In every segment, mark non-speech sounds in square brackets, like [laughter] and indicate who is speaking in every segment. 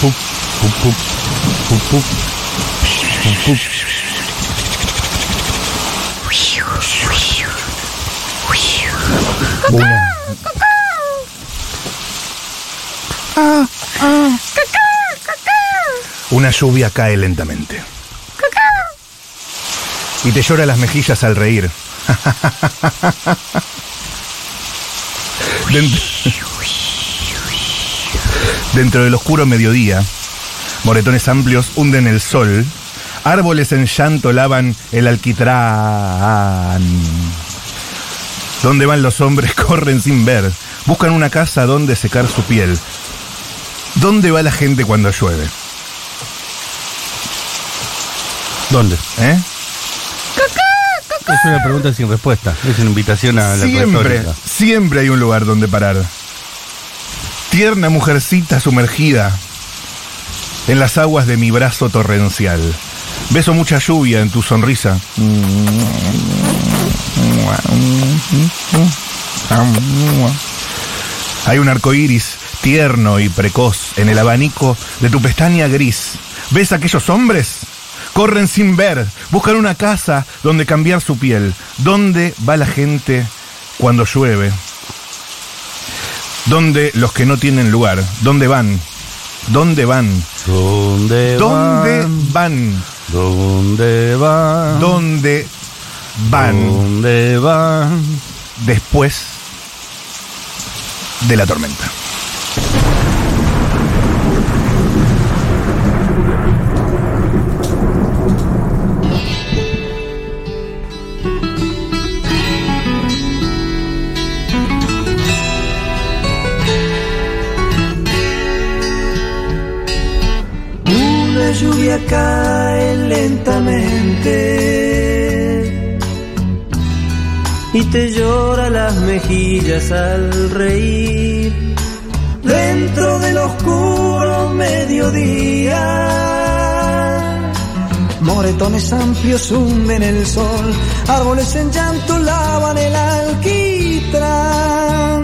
Speaker 1: Pum, pum, pum, pum. Pum, pum. Hola. Ah, ah. Una lluvia cae lentamente. Y te llora las mejillas al [laughs] reír. Dent- Dentro del oscuro mediodía, moretones amplios hunden el sol, árboles en llanto lavan el alquitrán. Donde van los hombres [laughs] corren sin ver, buscan una casa donde secar su piel. ¿Dónde va la gente cuando llueve?
Speaker 2: ¿Dónde?
Speaker 1: ¿Eh?
Speaker 2: Es una pregunta sin respuesta. Es una invitación a la
Speaker 1: Siempre,
Speaker 2: retórica.
Speaker 1: siempre hay un lugar donde parar. Tierna mujercita sumergida en las aguas de mi brazo torrencial. Beso mucha lluvia en tu sonrisa. Hay un arco iris tierno y precoz en el abanico de tu pestaña gris. ¿Ves aquellos hombres? Corren sin ver, buscan una casa donde cambiar su piel. ¿Dónde va la gente cuando llueve? ¿Dónde los que no tienen lugar? ¿Dónde van? ¿Dónde van?
Speaker 2: ¿Dónde
Speaker 1: ¿Dónde
Speaker 2: van?
Speaker 1: van?
Speaker 2: ¿Dónde van?
Speaker 1: ¿Dónde van
Speaker 2: ¿Dónde van?
Speaker 1: después de la tormenta?
Speaker 3: Una lluvia cae lentamente y te llora las mejillas al reír. Dentro del oscuro mediodía, moretones amplios hunden el sol, árboles en llanto lavan el alquitrán.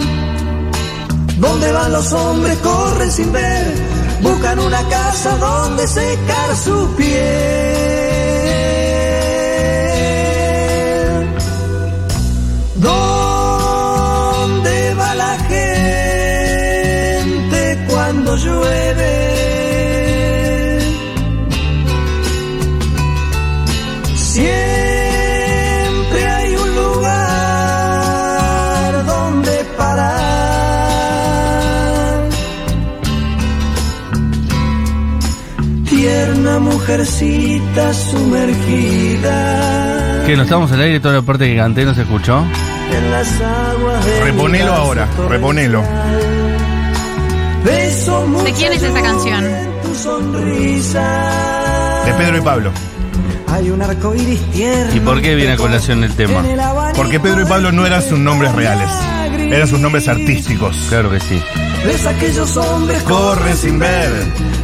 Speaker 3: Donde van los hombres corren sin ver, buscan una casa donde secar su piel. ¿Dónde va la gente cuando llueve? Siempre hay un lugar donde parar. Tierna mujercita sumergida
Speaker 2: Que nos estamos al aire toda la parte que canté no se escuchó.
Speaker 3: en las aguas de
Speaker 1: Reponelo
Speaker 3: mi
Speaker 1: ahora,
Speaker 3: brazo
Speaker 1: reponelo.
Speaker 3: torrencial. Beso mucha
Speaker 4: quién es esa
Speaker 3: lluvia
Speaker 4: canción?
Speaker 3: en tu sonrisa.
Speaker 1: De Pedro y Pablo.
Speaker 3: Hay un arco iris tierno.
Speaker 2: ¿Y por qué viene a colación el tema?
Speaker 3: en el abanico
Speaker 1: Porque Pedro y Pablo no eran sus nombres reales, eran sus nombres artísticos.
Speaker 2: Claro que sí.
Speaker 3: Ves aquellos hombres
Speaker 1: Corren sin ver.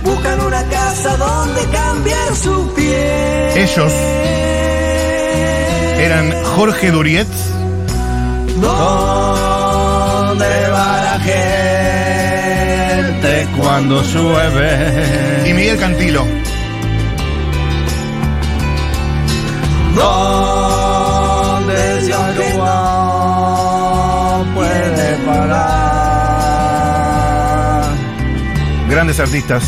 Speaker 3: Buscan una casa donde cambiar su piel.
Speaker 1: Ellos eran Jorge Durietz
Speaker 3: ¿Dónde va la
Speaker 2: Gente cuando llueve.
Speaker 1: y Miguel Cantilo.
Speaker 3: ¿Dónde se que no puede parar?
Speaker 1: Grandes artistas,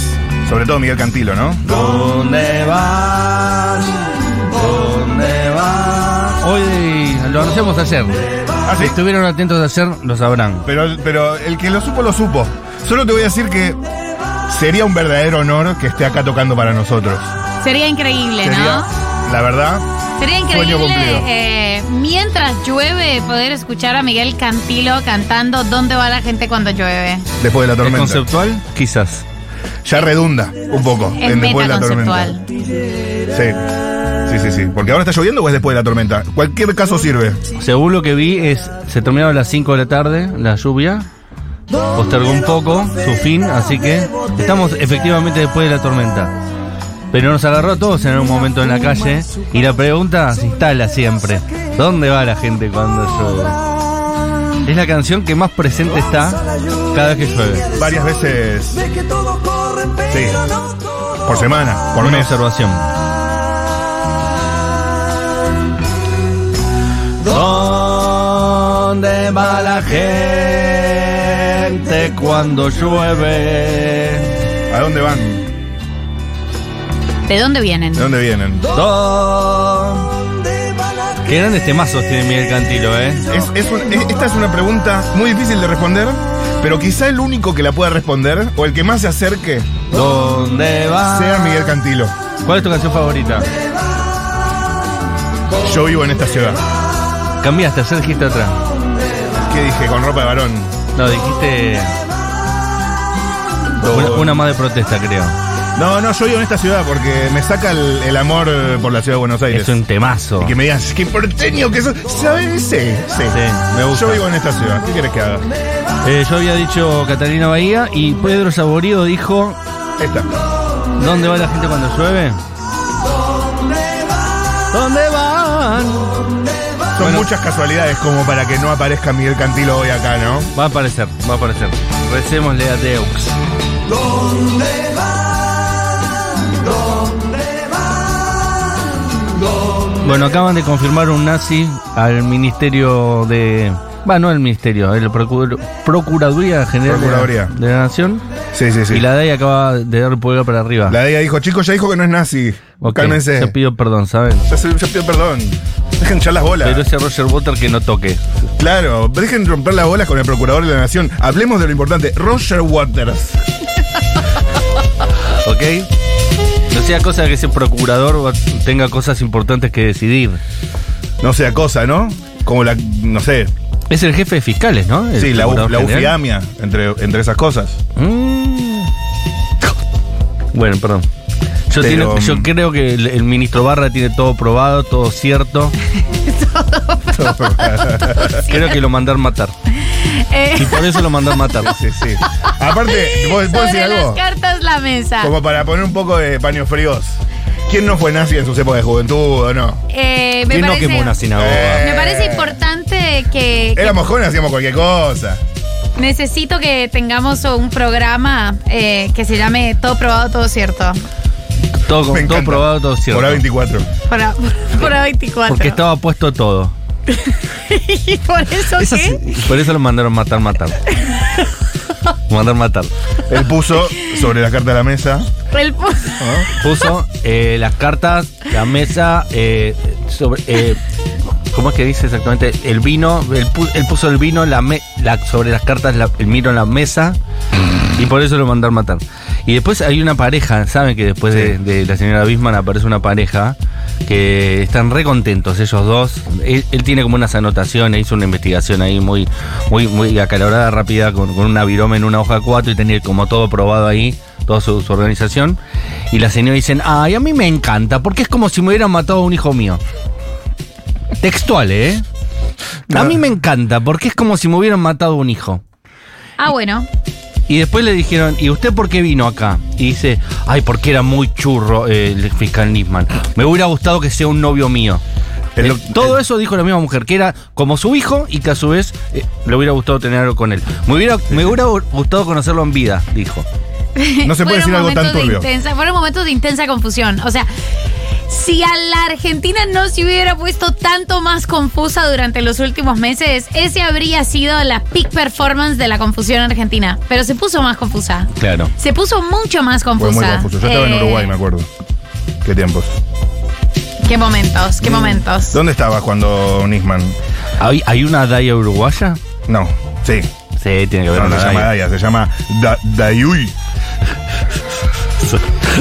Speaker 1: sobre todo Miguel Cantilo, ¿no?
Speaker 2: ¿Dónde
Speaker 3: vas? ¿Dónde vas?
Speaker 2: Hoy lo anunciamos ayer.
Speaker 1: Ah,
Speaker 2: Si
Speaker 1: sí.
Speaker 2: estuvieron atentos ayer, lo sabrán.
Speaker 1: Pero, pero el que lo supo, lo supo. Solo te voy a decir que sería un verdadero honor que esté acá tocando para nosotros.
Speaker 4: Sería increíble,
Speaker 1: Sería,
Speaker 4: ¿no?
Speaker 1: la verdad,
Speaker 4: Sería
Speaker 1: Sueño cumplido.
Speaker 4: increíble eh, mientras llueve poder escuchar a Miguel Cantilo cantando ¿Dónde va la gente cuando llueve?
Speaker 1: después de la
Speaker 2: ¿Es
Speaker 1: tormenta.
Speaker 2: conceptual? Quizás.
Speaker 1: Ya redunda un poco
Speaker 4: Es
Speaker 1: en después de
Speaker 4: meta
Speaker 1: la tormenta.
Speaker 4: conceptual.
Speaker 1: Sí. Sí, sí, sí. Porque ahora está lloviendo o es después de la tormenta. Cualquier caso sirve.
Speaker 2: Según lo que vi, es se terminaron a las 5 de la tarde la lluvia. Postergó un poco su fin, así que estamos efectivamente después de la tormenta. Pero nos agarró a todos en un momento en la calle y la pregunta se instala siempre. ¿Dónde va la gente cuando llueve? Es la canción que más presente está cada vez que llueve.
Speaker 1: Varias veces
Speaker 3: Ve que todo corre, pero no corre.
Speaker 1: por semana, por
Speaker 2: Una
Speaker 1: mes.
Speaker 2: observación. ¿Dónde va la gente cuando llueve?
Speaker 1: ¿A dónde van?
Speaker 4: ¿De dónde vienen?
Speaker 1: ¿De dónde vienen?
Speaker 2: ¿Dónde? Qué grandes temazos tiene Miguel Cantilo, ¿eh?
Speaker 1: Es- es un- es- esta es una pregunta muy difícil de responder, pero quizá el único que la pueda responder o el que más se acerque
Speaker 2: ¿Dónde va?
Speaker 1: sea Miguel Cantilo.
Speaker 2: ¿Cuál es tu canción favorita?
Speaker 1: Yo vivo en esta ciudad.
Speaker 2: Cambiaste, ayer dijiste atrás.
Speaker 1: ¿Qué dije? Con ropa de varón.
Speaker 2: No, dijiste una, una más de protesta, creo.
Speaker 1: No, no, yo vivo en esta ciudad porque me saca el, el amor eh, por la ciudad de Buenos Aires.
Speaker 2: Es un temazo.
Speaker 1: Y que me digas, qué porteño que sos. ¿Sabes? Sí, sí.
Speaker 2: me gusta.
Speaker 1: Yo vivo en esta ciudad. ¿Qué quieres que haga?
Speaker 2: Eh, yo había dicho Catalina Bahía y Pedro Saborío dijo
Speaker 1: Esta.
Speaker 2: ¿Dónde va la gente cuando llueve? ¿Dónde van?
Speaker 1: Son muchas casualidades como para que no aparezca Miguel Cantilo hoy acá, ¿no?
Speaker 2: Va a aparecer, va a aparecer. Recémosle a Deux. Bueno, acaban de confirmar un nazi al Ministerio de... Va, no al Ministerio, el Procur- Procuraduría General de la-
Speaker 1: Procuraduría.
Speaker 2: De, la Nación.
Speaker 1: Sí, sí, sí.
Speaker 2: Y la DEI acaba de dar pulgar para arriba.
Speaker 1: La de ella dijo, chicos, ya dijo que no es nazi.
Speaker 2: Ok,
Speaker 1: Cálmense.
Speaker 2: Yo pido perdón, ¿saben?
Speaker 1: Ya se- yo pido perdón. Dejen echar las bolas.
Speaker 2: Pero ese Roger Water que no toque.
Speaker 1: Claro, dejen romper las bolas con el procurador de la nación. Hablemos de lo importante. Roger Waters.
Speaker 2: ¿Ok? No sea cosa que ese procurador va- tenga cosas importantes que decidir.
Speaker 1: No sea cosa, ¿no? Como la, no sé.
Speaker 2: Es el jefe de fiscales, ¿no? El
Speaker 1: sí, la, U-
Speaker 2: procurador
Speaker 1: la
Speaker 2: general.
Speaker 1: UFIAMIA, entre, entre esas cosas.
Speaker 2: Mm. Bueno, perdón. Yo,
Speaker 1: Pero,
Speaker 2: tiene- yo
Speaker 1: mm.
Speaker 2: creo que el, el ministro Barra tiene todo probado, todo cierto. Creo que lo mandaron matar.
Speaker 4: [laughs] Eh,
Speaker 1: [laughs]
Speaker 2: Y por eso lo mandaron matar.
Speaker 1: Sí, sí.
Speaker 4: [laughs]
Speaker 1: Aparte, ¿vos, vos decís
Speaker 4: sobre las
Speaker 1: algo?
Speaker 4: cartas la mesa.
Speaker 1: Como para poner un poco de paños fríos. ¿Quién no fue nazi en sus épocas de juventud o no?
Speaker 4: Eh, me,
Speaker 2: ¿Quién no
Speaker 4: parece,
Speaker 2: quemó una sinagoga?
Speaker 1: Eh,
Speaker 4: me parece importante que, que
Speaker 1: Éramos jóvenes, hacíamos cualquier cosa.
Speaker 4: necesito que tengamos un programa eh, que se llame Todo Probado, Todo Cierto.
Speaker 2: Todo,
Speaker 1: Me
Speaker 2: todo
Speaker 1: encanta.
Speaker 2: probado, todo cierto.
Speaker 1: Por A24.
Speaker 4: Por, [laughs] a- por A24.
Speaker 2: Porque estaba puesto todo.
Speaker 4: [laughs] ¿Y por eso
Speaker 2: Esa
Speaker 4: qué?
Speaker 2: sí- por eso lo mandaron matar, matar. mandar matar.
Speaker 1: Él puso sobre la carta de la mesa.
Speaker 4: El pu-
Speaker 1: ¿no?
Speaker 2: Puso eh, las cartas, la mesa, eh, sobre, eh, ¿cómo es que dice exactamente? El vino, él, pu- él puso el vino la me- la- sobre las cartas, la- el vino en la mesa y por eso lo mandaron matar. Y después hay una pareja, ¿saben que después de, de la señora Bisman aparece una pareja que están re contentos ellos dos? Él, él tiene como unas anotaciones, hizo una investigación ahí muy, muy, muy acalorada, rápida, con, con una viroma en una hoja 4 y tenía como todo probado ahí, toda su, su organización. Y la señora dicen, ay, a mí me encanta, porque es como si me hubieran matado a un hijo mío. Textual, ¿eh? A mí me encanta, porque es como si me hubieran matado a un hijo.
Speaker 4: Ah, bueno.
Speaker 2: Y después le dijeron, ¿y usted por qué vino acá? Y dice, ay, porque era muy churro eh, el fiscal Nisman. Me hubiera gustado que sea un novio mío. Eh,
Speaker 1: Pero
Speaker 2: [laughs]
Speaker 1: lo-
Speaker 2: todo
Speaker 1: el-
Speaker 2: eso dijo la misma mujer, que era como su hijo y que a su vez eh, le hubiera gustado tener algo con él. Me hubiera, me hubiera gustado conocerlo en vida, dijo.
Speaker 1: No se puede
Speaker 4: Fueron
Speaker 1: decir algo tan
Speaker 4: momentos de
Speaker 1: turbio.
Speaker 4: intensa- fueron momentos de intensa confusión. O sea, si a la Argentina no se hubiera puesto tanto más confusa durante los últimos meses, ese habría sido la peak performance de la confusión argentina. Pero se puso más confusa.
Speaker 2: Claro.
Speaker 4: Se puso mucho más
Speaker 1: Fue
Speaker 4: confusa.
Speaker 1: muy confuso. Yo estaba en
Speaker 4: Eh,
Speaker 1: Uruguay, me acuerdo. ¿Qué tiempos?
Speaker 4: Qué momentos,
Speaker 1: Mm.
Speaker 4: qué momentos.
Speaker 1: ¿Dónde estabas cuando Nisman?
Speaker 2: ¿Hay, hay una Daya uruguaya?
Speaker 1: No, sí.
Speaker 2: Sí, tiene que haber
Speaker 1: No, no
Speaker 2: una
Speaker 1: se llama
Speaker 2: Daya.
Speaker 1: Daya, se llama Da- Dayuy.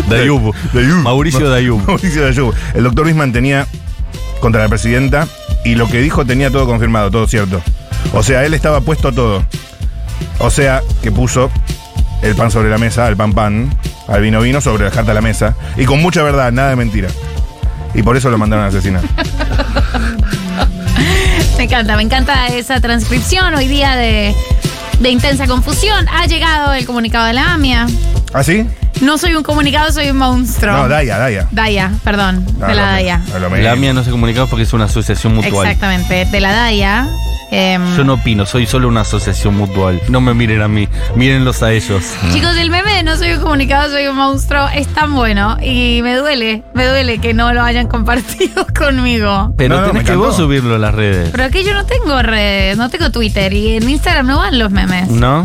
Speaker 2: Dayub.
Speaker 1: Dayub.
Speaker 2: Mauricio Dayub.
Speaker 1: [laughs] Mauricio Dayub. El doctor Bisman tenía contra la presidenta y lo que dijo tenía todo confirmado, todo cierto. O sea, él estaba puesto todo. O sea, que puso el pan sobre la mesa, al pan pan, al vino vino sobre la carta de la mesa. Y con mucha verdad, nada de mentira. Y por eso lo mandaron a asesinar.
Speaker 4: Me encanta, me encanta esa transcripción hoy día de, de intensa confusión. Ha llegado el comunicado de la AMIA.
Speaker 1: ¿Ah, sí?
Speaker 4: No soy un comunicado, soy un monstruo.
Speaker 1: No, Daya, Daya.
Speaker 4: Daya, perdón,
Speaker 1: No,
Speaker 4: de
Speaker 1: lo
Speaker 4: la
Speaker 1: me-
Speaker 4: Daya.
Speaker 1: no, lo me-
Speaker 2: La mía no se comunicaba porque es una asociación mutual.
Speaker 4: Exactamente, de la Daya. Em,
Speaker 2: Yo no opino, soy solo una asociación mutual. No me miren a mí, mírenlos a ellos.
Speaker 4: Chicos, el meme de no soy un comunicado, soy un monstruo es tan bueno y me duele, me duele que no lo hayan compartido [laughs] conmigo.
Speaker 2: Pero
Speaker 1: No, no,
Speaker 2: tenés
Speaker 1: me
Speaker 2: que
Speaker 1: encantó.
Speaker 2: vos subirlo a las redes.
Speaker 4: Pero aquí yo no tengo redes, no tengo Twitter y en Instagram no van los memes.
Speaker 2: ¿No?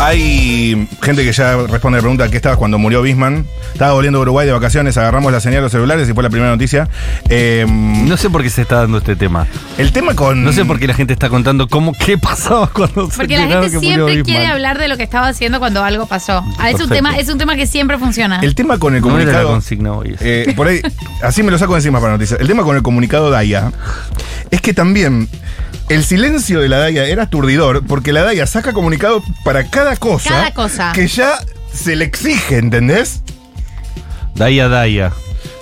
Speaker 1: Hay gente que ya responde a la pregunta ¿Qué estabas cuando murió Bisman? Estaba volviendo a Uruguay de vacaciones Agarramos la señal de los celulares Y fue la primera noticia Eh,
Speaker 2: No sé por qué se está dando este tema.
Speaker 1: El tema con...
Speaker 2: No sé por qué la gente está contando cómo qué pasaba cuando se
Speaker 4: Porque la
Speaker 2: enteraron
Speaker 4: gente
Speaker 2: que murió
Speaker 4: siempre quiere
Speaker 2: Bismarck.
Speaker 4: hablar de lo que estaba haciendo cuando algo pasó. Ah, es, un
Speaker 2: Perfecto.
Speaker 4: tema, es un tema que siempre funciona.
Speaker 1: El tema con el
Speaker 2: No era la
Speaker 1: comunicado...
Speaker 2: consigna hoy. esa.
Speaker 1: Eh, por ahí, así me lo saco encima para noticias. El tema con el comunicado DAIA es que también el silencio de la DAIA era aturdidor porque la DAIA saca comunicado para cada cosa,
Speaker 4: Cada cosa.
Speaker 1: que ya se le exige, ¿entendés?
Speaker 2: Daya, Daya.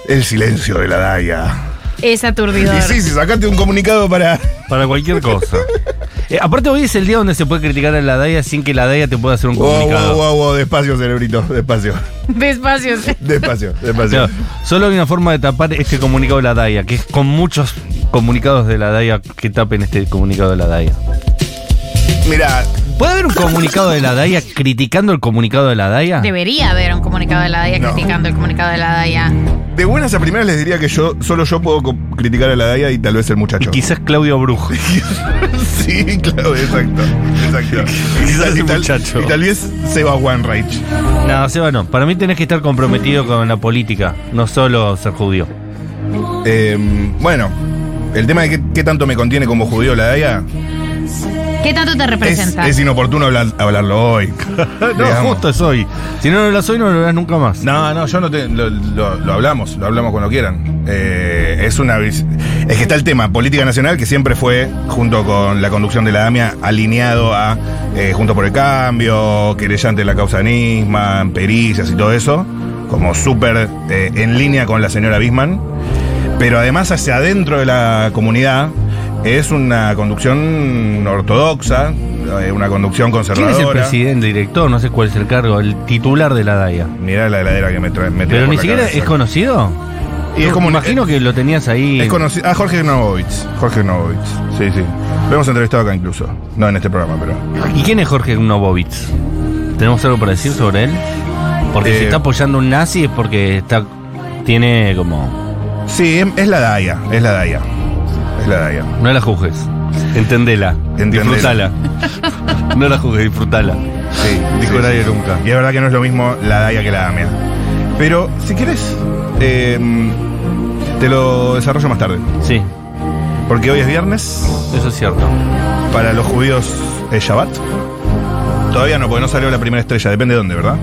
Speaker 1: El silencio de la DAIA.
Speaker 4: Es aturdidor.
Speaker 1: Y sí, si sacaste un comunicado para.
Speaker 2: Para cualquier
Speaker 1: [laughs]
Speaker 2: cosa. Eh, aparte, hoy es el día donde se puede criticar a la Daya sin que la Daya te pueda hacer un
Speaker 1: Wow,
Speaker 2: comunicado.
Speaker 1: wow, wow, wow, oh, despacio, cerebrito, despacio,
Speaker 4: Despacio.
Speaker 1: despacio, despacio.
Speaker 2: Claro, solo hay una forma de tapar este comunicado de la DAIA, que es con muchos comunicados de la DAIA que tapen este comunicado de la DAIA.
Speaker 1: Mira,
Speaker 2: ¿Puede haber un comunicado de la DAIA criticando el comunicado de la DAIA?
Speaker 4: Debería haber un comunicado de la DAIA
Speaker 1: No.
Speaker 4: criticando el comunicado de la DAIA.
Speaker 1: de buenas a primeras les diría que yo, solo yo puedo co- criticar a la DAIA y tal vez el
Speaker 2: Y
Speaker 1: muchacho.
Speaker 2: quizás Claudio Brujo.
Speaker 1: Sí, claro, exacto.
Speaker 2: [laughs]
Speaker 1: Exacto.
Speaker 2: Quizás el
Speaker 1: Y tal-
Speaker 2: muchacho.
Speaker 1: Y tal vez se va One Rage.
Speaker 2: No, Seba, no. Para mí tenés que estar comprometido con la política, no solo ser judío.
Speaker 1: Eh, bueno, el tema de qué, qué tanto me contiene como judío la DAIA
Speaker 4: ¿Qué tanto te
Speaker 1: es,
Speaker 4: representa?
Speaker 1: es inoportuno hablar-
Speaker 2: [laughs]
Speaker 1: hablarlo hoy.
Speaker 2: No,
Speaker 1: Digamos.
Speaker 2: justo es hoy. Si no lo la soy, no lo verás nunca más.
Speaker 1: No, no, yo no te. Lo, lo- lo hablamos, lo hablamos cuando quieran. Eh, es una. vis- Es que está el tema política nacional que siempre fue, junto con la conducción de la DAMIA, alineado a eh, Juntos por el Cambio, querellante de la causa Nisman, perillas y todo eso, como súper eh, en línea con la señora Bisman. Pero además, hacia adentro de la comunidad, es una conducción ortodoxa, eh, una conducción
Speaker 2: ¿Quién
Speaker 1: conservadora.
Speaker 2: es el presidente, director? No sé cuál es el cargo, el titular de la DAIA.
Speaker 1: Mirá la heladera que me trae. me tira
Speaker 2: Pero
Speaker 1: por
Speaker 2: ni
Speaker 1: la
Speaker 2: siquiera
Speaker 1: cabeza.
Speaker 2: es conocido.
Speaker 1: Y es como un- eh,
Speaker 2: Imagino que lo tenías ahí.
Speaker 1: Es conocido. Ah, Jorge Novovich. Jorge Novovich. Sí, sí. Lo hemos entrevistado acá incluso. No en este programa, pero.
Speaker 2: ¿Y quién es Jorge Novovitz? ¿Tenemos algo para decir sobre él? Porque
Speaker 1: Eh,
Speaker 2: si está apoyando a un nazi es porque está tiene como...
Speaker 1: Sí, es, es la Daya. Es la Daya. Es la Daya.
Speaker 2: No la juzgues. Entendela.
Speaker 1: Entendela.
Speaker 2: Disfrutala. [laughs] no la juzgues, disfrutala.
Speaker 1: Sí.
Speaker 2: Dijo nadie nunca.
Speaker 1: Y es verdad que no es lo mismo la Daya que la AMIA. Pero, si quieres, eh, te lo desarrollo más tarde.
Speaker 2: Sí,
Speaker 1: Porque hoy es viernes.
Speaker 2: eso es cierto.
Speaker 1: Para los judíos es Shabbat. Todavía no, porque no salió la primera estrella. Depende de dónde, ¿verdad?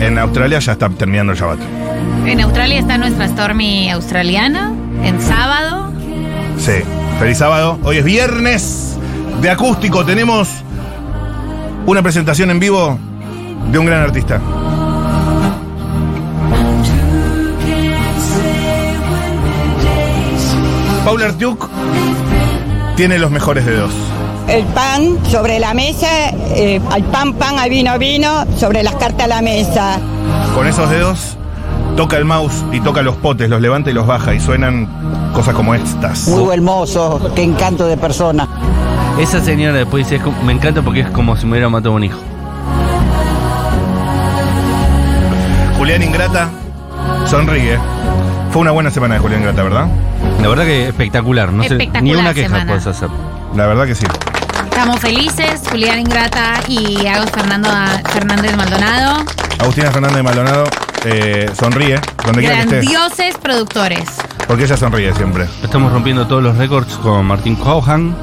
Speaker 1: En Australia ya está terminando el Shabbat.
Speaker 4: En Australia está nuestra Stormy australiana. En sábado.
Speaker 1: Sí. Feliz sábado. Hoy es viernes de acústico. Tenemos una presentación en vivo de un gran artista. Paula Artiuk tiene los mejores dedos.
Speaker 5: El pan sobre la mesa, eh, al pan, pan, al vino, vino, sobre las cartas a la mesa.
Speaker 1: Con esos dedos toca el mouse y toca los potes, los levanta y los baja y suenan cosas como estas.
Speaker 6: Muy buen mozo, qué encanto de persona.
Speaker 2: Esa señora después dice, es como- me encanta porque es como si me hubiera matado un hijo.
Speaker 1: Julián Ingrata sonríe. Fue una buena semana de Julián Ingrata, ¿verdad?
Speaker 2: La verdad que espectacular. No sé, ni
Speaker 4: Espectacular
Speaker 2: una queja
Speaker 4: semana.
Speaker 2: puedes hacer.
Speaker 1: La verdad que sí.
Speaker 4: Estamos felices. Julián Ingrata y Agos Fernando Fernández Maldonado.
Speaker 1: Agustina Fernández de Maldonado eh, sonríe donde quiera que esté.
Speaker 4: Grandiosos productores.
Speaker 1: Porque ella sonríe siempre.
Speaker 2: Estamos rompiendo todos los récords con Martín Cohan.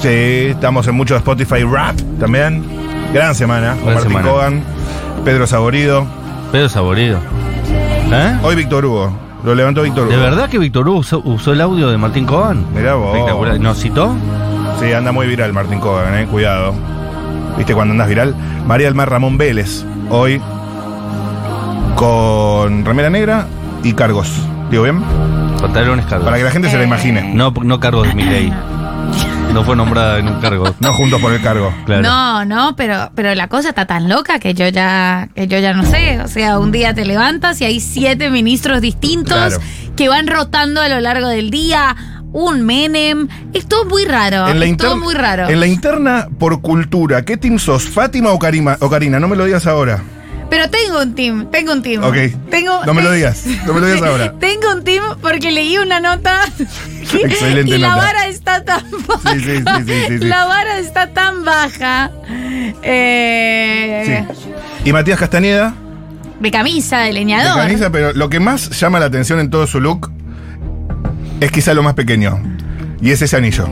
Speaker 1: Sí, estamos en mucho Spotify Rap también. Gran semana con
Speaker 2: Gran
Speaker 1: Martín
Speaker 2: semana.
Speaker 1: Cogan, Pedro Saborido.
Speaker 2: Pedro Saborido. ¿Eh?
Speaker 1: Hoy Víctor Hugo. Lo levantó Víctor Hugo.
Speaker 2: ¿De verdad que Víctor Hugo usó, usó el audio de Martín Coban?
Speaker 1: Mirá vos.
Speaker 2: Espectacular. ¿Nos citó?
Speaker 1: Sí, anda muy viral Martín Cogan, eh. Cuidado. ¿Viste cuando andas viral? María del Mar Ramón Vélez. Hoy con remera negra y cargos. ¿Digo bien?
Speaker 2: Pantalones cargos.
Speaker 1: Para que la gente se la
Speaker 4: Eh.
Speaker 1: imagine.
Speaker 2: No, no cargos de mi ley. No fue nombrada en un
Speaker 4: [laughs]
Speaker 2: cargo.
Speaker 1: No juntos por el cargo.
Speaker 2: Claro.
Speaker 4: No, no, pero, pero la cosa está tan loca que yo ya, que yo ya no sé. O sea, un día te levantas y hay siete ministros distintos
Speaker 1: Claro.
Speaker 4: que van rotando a lo largo del día. un Menem. Es todo muy raro.
Speaker 1: En la
Speaker 4: es todo
Speaker 1: interna-
Speaker 4: muy raro.
Speaker 1: En la interna por cultura, ¿qué team sos? ¿Fátima o, Karima, o Karina? No me lo digas ahora.
Speaker 4: Pero tengo un team, tengo un team.
Speaker 1: Ok.
Speaker 4: Tengo,
Speaker 1: No me
Speaker 4: [laughs]
Speaker 1: lo
Speaker 4: te-
Speaker 1: digas, no me lo digas ahora.
Speaker 4: [laughs] Tengo un team porque leí una nota. [laughs]
Speaker 1: Excelente
Speaker 4: y la
Speaker 1: nota.
Speaker 4: vara está tan baja.
Speaker 1: sí, sí, sí, sí, sí.
Speaker 4: La vara está tan baja.
Speaker 1: Sí.
Speaker 4: Eh,
Speaker 1: Y Matías Castañeda,
Speaker 4: De camisa, de leñador.
Speaker 1: mecaniza, pero lo que más llama la atención en todo su look es quizá lo más pequeño. Y es ese anillo.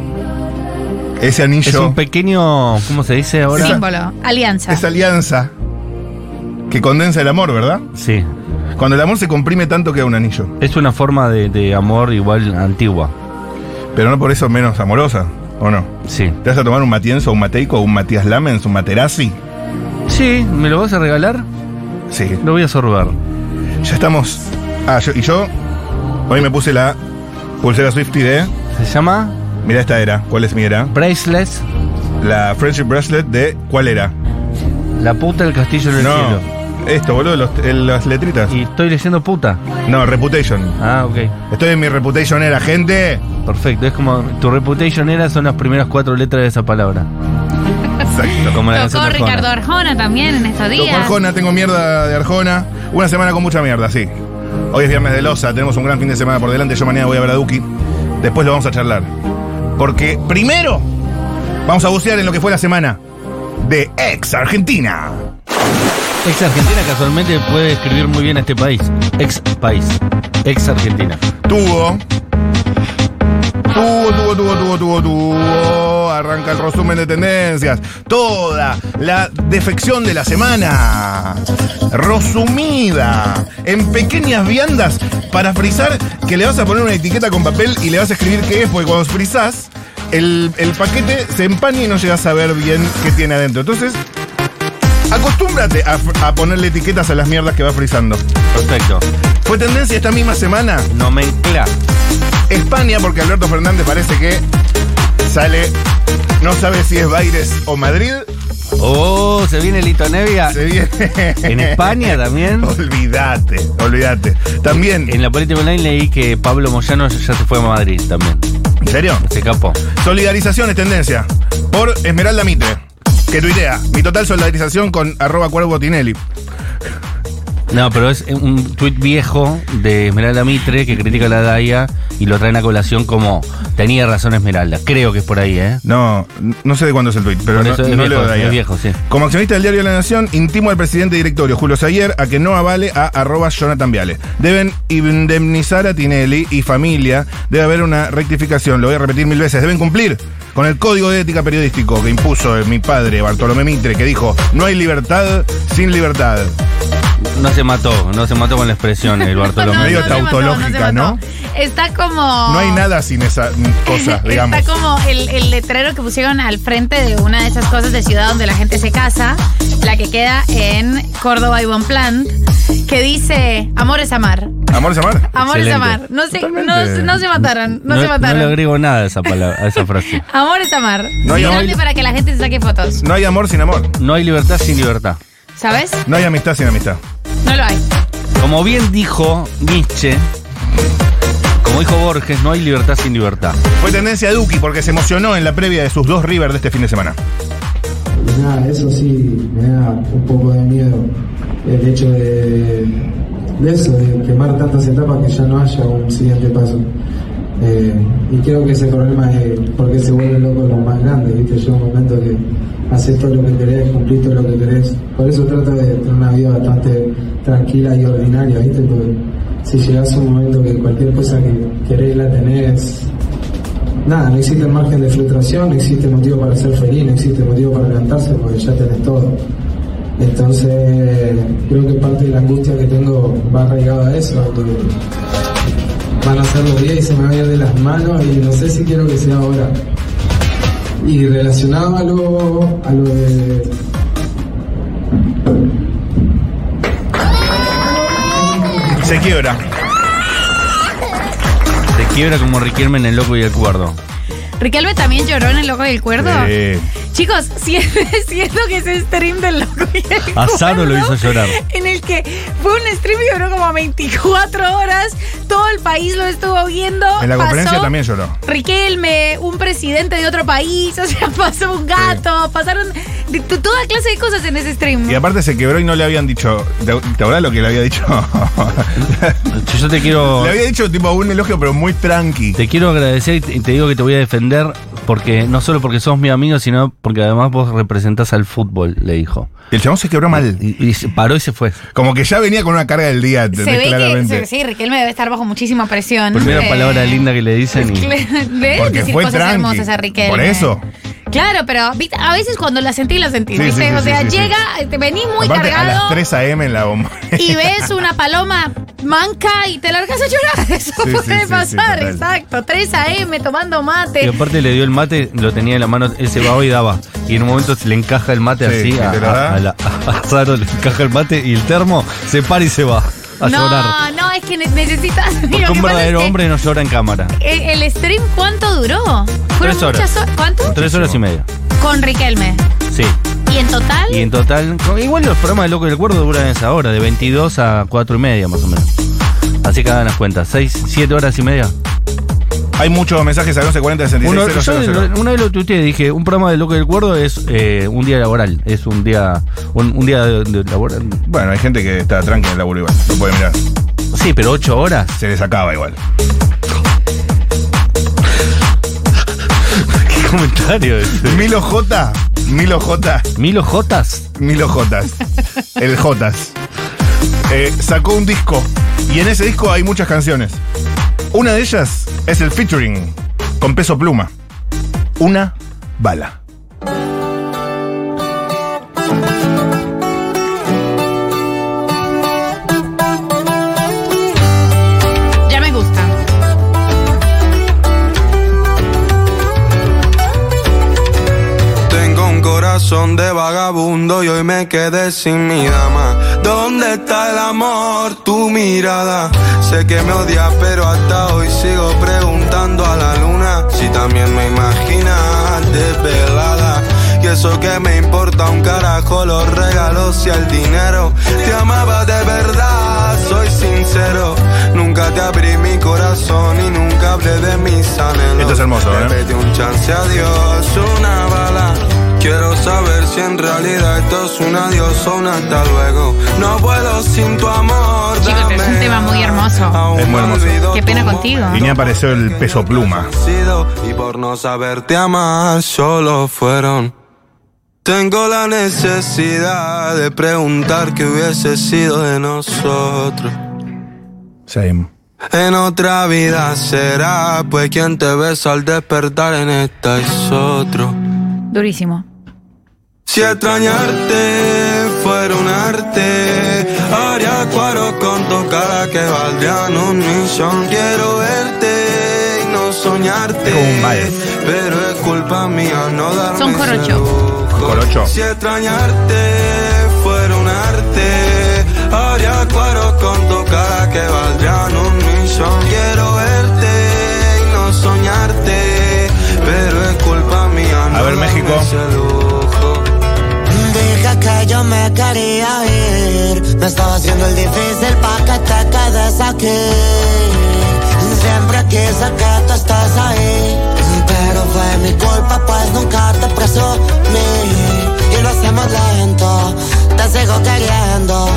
Speaker 1: Ese
Speaker 2: Es
Speaker 1: anillo,
Speaker 2: un pequeño, ¿cómo se dice ahora?
Speaker 1: Sí.
Speaker 4: Símbolo, alianza.
Speaker 1: esa alianza que condensa el amor, ¿verdad?
Speaker 2: Sí.
Speaker 1: Cuando el amor se comprime tanto queda un anillo.
Speaker 2: Es una forma de, de amor igual antigua.
Speaker 1: Pero no por eso menos amorosa, ¿o no?
Speaker 2: Sí.
Speaker 1: ¿Te vas a tomar un Matienzo, un Mateico, un Matías Lamens, un Materazzi?
Speaker 2: Sí, ¿me lo vas a regalar?
Speaker 1: Sí.
Speaker 2: Lo voy a sorber.
Speaker 1: Ya estamos. Ah, yo- y yo hoy me puse la pulsera Swifty de.
Speaker 2: Se llama
Speaker 1: Mirá esta era. ¿Cuál es mi era?
Speaker 2: Braceless,
Speaker 1: La Friendship Bracelet de. ¿Cuál era?
Speaker 2: la puta del castillo en el
Speaker 1: No.
Speaker 2: cielo.
Speaker 1: Esto, boludo, los- eh, las letritas.
Speaker 2: Y estoy leyendo puta.
Speaker 1: No, Reputation.
Speaker 2: Ah, ok.
Speaker 1: Estoy en mi Reputation era, gente.
Speaker 2: Perfecto. Es como tu reputation era, son las primeras cuatro letras de esa palabra.
Speaker 1: Exacto.
Speaker 2: Como la canción
Speaker 4: Tocó
Speaker 2: de Arjona.
Speaker 4: Ricardo Arjona también en estos
Speaker 1: Tengo
Speaker 4: días.
Speaker 1: Arjona, tengo mierda de Arjona. Una semana con mucha mierda, sí. Hoy es viernes de losa, tenemos un gran fin de semana por delante. Yo mañana voy a ver a Duki. Después lo vamos a charlar. Porque primero vamos a bucear en lo que fue la semana de ex Argentina.
Speaker 2: Ex Argentina casualmente puede describir muy bien a este país. Ex país. Ex Argentina.
Speaker 1: Tuvo. Tuvo, tuvo, tuvo, tuvo, tuvo, tuvo. Arranca el resumen de tendencias. Toda la defección de la semana. Resumida en pequeñas viandas para frizar que le vas a poner una etiqueta con papel y le vas a escribir qué es, porque cuando frizás, el, el paquete se empaña y no llegas a ver bien qué tiene adentro. Entonces, acostúmbrate a, fr- a ponerle etiquetas a las mierdas que vas frizando.
Speaker 2: Perfecto.
Speaker 1: Fue tendencia esta misma semana
Speaker 2: Nomencla.
Speaker 1: España, porque Alberto Fernández parece que sale, no sabe si es Baires o Madrid.
Speaker 2: Oh, se viene Lito Nevia.
Speaker 1: Se viene.
Speaker 2: [laughs] En España [laughs] también.
Speaker 1: Olvídate, olvídate. También,
Speaker 2: En la política online leí que Pablo Moyano ya se fue a Madrid también.
Speaker 1: ¿en serio?
Speaker 2: Se escapó.
Speaker 1: Solidarización es tendencia. Por Esmeralda Mitre, que tuitea. Mi total solidarización con arroba cuervo Tinelli.
Speaker 2: No, pero es un tuit viejo de Esmeralda Mitre que critica a la DAIA y lo traen a colación como tenía razón Esmeralda. Creo que es por ahí, ¿eh?
Speaker 1: No, no sé de cuándo es el tuit, pero
Speaker 2: Por
Speaker 1: no,
Speaker 2: eso es
Speaker 1: no
Speaker 2: viejo,
Speaker 1: leo de ahí.
Speaker 2: es viejo, sí.
Speaker 1: Como accionista del diario La Nación, intimo al presidente directorio, Julio Sayer, a que no avale a arroba Jonathan Viale. Deben indemnizar a Tinelli y familia. Debe haber una rectificación, lo voy a repetir mil veces. Deben cumplir con el código de ética periodístico que impuso eh, mi padre, Bartolomé Mitre, que dijo, no hay libertad sin libertad.
Speaker 2: No se mató, no se mató con la expresión
Speaker 4: [laughs]
Speaker 2: el Bartolomé.
Speaker 4: No,
Speaker 1: medio
Speaker 4: no se mató,
Speaker 1: tautológica,
Speaker 4: no se
Speaker 1: ¿no?
Speaker 4: mató. Está como.
Speaker 1: No hay nada sin esa mm, cosa, digamos.
Speaker 4: Oh. [laughs] Está como el, el letrero que pusieron al frente de una de esas cosas de ciudad donde la gente se casa, la que queda en Córdoba y Bonpland, que dice: Amor es amar.
Speaker 1: Amor es amor.
Speaker 4: Amor es
Speaker 2: Excelente.
Speaker 4: amar. No se, no,
Speaker 1: Totalmente.
Speaker 4: no se mataron. No, se
Speaker 2: no le
Speaker 4: mataron.
Speaker 2: agrego nada a esa, palabra, a esa frase.
Speaker 4: amor es amar.
Speaker 1: No hay
Speaker 4: Grande
Speaker 1: amor.
Speaker 4: para que la gente se saque fotos.
Speaker 1: No hay amor sin amor.
Speaker 2: No hay libertad sin libertad.
Speaker 4: ¿Sabes?
Speaker 1: No hay amistad sin amistad.
Speaker 4: No lo hay.
Speaker 2: Como bien dijo Nietzsche, como dijo Borges, no hay libertad sin libertad.
Speaker 1: Fue tendencia a Duki porque se emocionó en la previa de sus dos River de este fin de semana.
Speaker 7: Nada, eso sí, me da un poco de miedo el hecho de, de eso, de quemar tantas etapas que ya no haya un siguiente paso. Eh, y creo que ese problema es porque se vuelven locos los más grandes, ¿viste? Llega un momento que haces todo lo que querés, cumplís todo lo que querés. Por eso trato de tener una vida bastante tranquila y ordinaria, ¿viste? Porque si llegás a un momento que cualquier cosa que querés la tenés, Nada, no existe margen de frustración, no existe motivo para ser feliz, no existe motivo para levantarse porque ya tenés todo. Entonces, creo que parte de la angustia que tengo va arraigada a eso. a que Van a ser los días y se me va a ir de las manos y no sé si quiero que sea ahora. Y relacionado a lo, a lo de...
Speaker 1: Se quiebra.
Speaker 2: Se quiebra como Riquelme en el loco y el cuerdo.
Speaker 4: Riquelme también lloró en el loco del cuerdo.
Speaker 1: Sí.
Speaker 4: Chicos, si- [laughs] siento que ese stream del loco y el
Speaker 2: A Saro lo
Speaker 4: Cuervo,
Speaker 2: hizo llorar.
Speaker 4: En el que fue un stream que duró como 24 horas. Todo el país lo estuvo viendo.
Speaker 1: En la
Speaker 4: pasó
Speaker 1: conferencia también lloró.
Speaker 4: Riquelme, un presidente de otro país. [laughs] O sea, pasó un gato. Pasaron de- de toda clase de cosas en ese stream.
Speaker 1: Y aparte se quebró y no le habían dicho. ¿Te, te acordás lo que le había dicho? [laughs]
Speaker 2: Yo- Yo te quiero.
Speaker 1: le había dicho tipo un elogio, pero muy tranqui.
Speaker 2: Te quiero agradecer y te y te digo que te voy a defender porque no solo porque sos mi amigo, sino porque además vos representás al fútbol, le dijo.
Speaker 1: Y El chabón se quebró mal.
Speaker 2: Y, y se paró y se fue.
Speaker 1: Como que ya venía con una carga del día,
Speaker 4: se
Speaker 1: ¿entendés?
Speaker 4: ve
Speaker 1: claramente.
Speaker 4: que se- sí, Riquelme debe estar bajo muchísima presión.
Speaker 2: Primera
Speaker 4: Eh,
Speaker 2: palabra linda que le dicen. y-
Speaker 4: Le deben
Speaker 1: Porque
Speaker 4: decir
Speaker 1: fue
Speaker 4: cosas
Speaker 1: tranqui.
Speaker 4: hermosas a Riquelme.
Speaker 1: Por eso.
Speaker 4: Claro, pero ¿viste? a veces cuando la sentí, la sentí.
Speaker 1: Sí,
Speaker 4: ¿viste?
Speaker 1: sí, sí,
Speaker 4: o sea,
Speaker 1: sí, sí,
Speaker 4: llega, te venís muy
Speaker 1: Aparte, a las
Speaker 4: cargado
Speaker 1: 3 a.m. en la bomba. [laughs]
Speaker 4: y ves una paloma manca y te largas a llorar. [laughs] Eso
Speaker 1: Sí, sí,
Speaker 4: puede
Speaker 1: sí, sí,
Speaker 4: pasar,
Speaker 1: total.
Speaker 4: exacto. 3 a.m. tomando mate.
Speaker 2: Y aparte le dio el mate, lo tenía en la mano, él se va y daba. Y en un momento se le encaja el mate
Speaker 1: Sí,
Speaker 2: así
Speaker 1: que
Speaker 2: a,
Speaker 1: te lo da.
Speaker 2: a- a la- [laughs] a Saro, le encaja el mate y el termo se para y se va a llorar.
Speaker 4: no, no, es que ne- necesitas. Mira,
Speaker 2: Porque
Speaker 4: lo que
Speaker 2: un
Speaker 4: pasa es
Speaker 2: verdadero
Speaker 4: que
Speaker 2: hombre no llora en cámara.
Speaker 4: e- El stream, ¿cuánto duró? Fueron
Speaker 2: Tres horas.
Speaker 4: muchas horas. ¿Cuánto?
Speaker 2: Tres horas y media.
Speaker 4: Con Riquelme.
Speaker 2: Sí.
Speaker 4: Y en total.
Speaker 2: Y en total, con- igual los programas de Loco y el Cuerdo duran esa hora, de 22 a 4 y media más o menos. Así que hagan las cuentas, 6, 7 horas y media.
Speaker 1: Hay muchos mensajes al 1140
Speaker 2: Uno-
Speaker 1: 66
Speaker 2: yo
Speaker 1: 000.
Speaker 2: lo- una vez lo tuiteé, dije, un programa de Loco y el Cuerdo es eh, un día laboral, es un día un, un día de- de laboral.
Speaker 1: Bueno, hay gente que está tranqui en el laburo igual. Lo puede mirar.
Speaker 2: Sí, pero 8 horas. [laughs]
Speaker 1: Se les acaba igual.
Speaker 2: ¿Qué comentario ese?
Speaker 1: Milo J. Milo J.
Speaker 2: Milo Jotas.
Speaker 1: Milo Jotas. El Jotas. Eh, sacó un disco. Y en ese disco hay muchas canciones. Una de ellas es el featuring con peso pluma. Una bala.
Speaker 4: Ya me gusta.
Speaker 8: Tengo un corazón de vagabundo y hoy me quedé sin mi dama. ¿Dónde está el amor? Tu mirada. Sé que me odias, pero hasta hoy sigo preguntando a la luna si también me imaginas desvelada. Y eso que me importa un carajo, los regalos y el dinero. Te amaba de verdad, soy sincero. Nunca te abrí mi corazón y nunca hablé de mis anhelos.
Speaker 1: Esto es hermoso, ¿eh?
Speaker 8: Le pedí un chance a Dios, una bala. Quiero saber si en realidad esto es un adiós o un hasta luego. No puedo sin tu amor.
Speaker 4: Chicos, es un
Speaker 8: dame
Speaker 4: tema muy
Speaker 8: alas.
Speaker 4: hermoso.
Speaker 8: Aún
Speaker 1: Es muy hermoso.
Speaker 8: olvido
Speaker 4: Qué pena
Speaker 8: tu
Speaker 4: contigo.
Speaker 8: momento
Speaker 1: Y ni apareció el peso pluma.
Speaker 8: sido, y por no saberte amar solo fueron. Tengo la necesidad de preguntar qué hubiese sido de nosotros.
Speaker 1: Same.
Speaker 8: En otra vida será, pues quien te besa al despertar en esta es otro.
Speaker 4: Durísimo.
Speaker 8: Si extrañarte fuera un arte, haría cuadros con tu cara que valdrían un millón. Quiero verte y no soñarte.
Speaker 1: Es como un vals.
Speaker 8: Pero es culpa mía no darme
Speaker 4: Son corocho.
Speaker 8: ese lujo.
Speaker 1: Corocho.
Speaker 8: Si extrañarte fuera un arte, haría cuadros con tu cara que valdrían un millón. Quiero verte y no soñarte. Pero es culpa mía no
Speaker 1: ver,
Speaker 8: darme
Speaker 1: México.
Speaker 8: ese lujo.
Speaker 9: Deja que yo me quería ir. Me estaba haciendo el difícil pa' que te quedes aquí. Siempre quise que tú estás ahí. Pero fue mi culpa, pues nunca te presumí. Y lo hacemos lento, te sigo queriendo.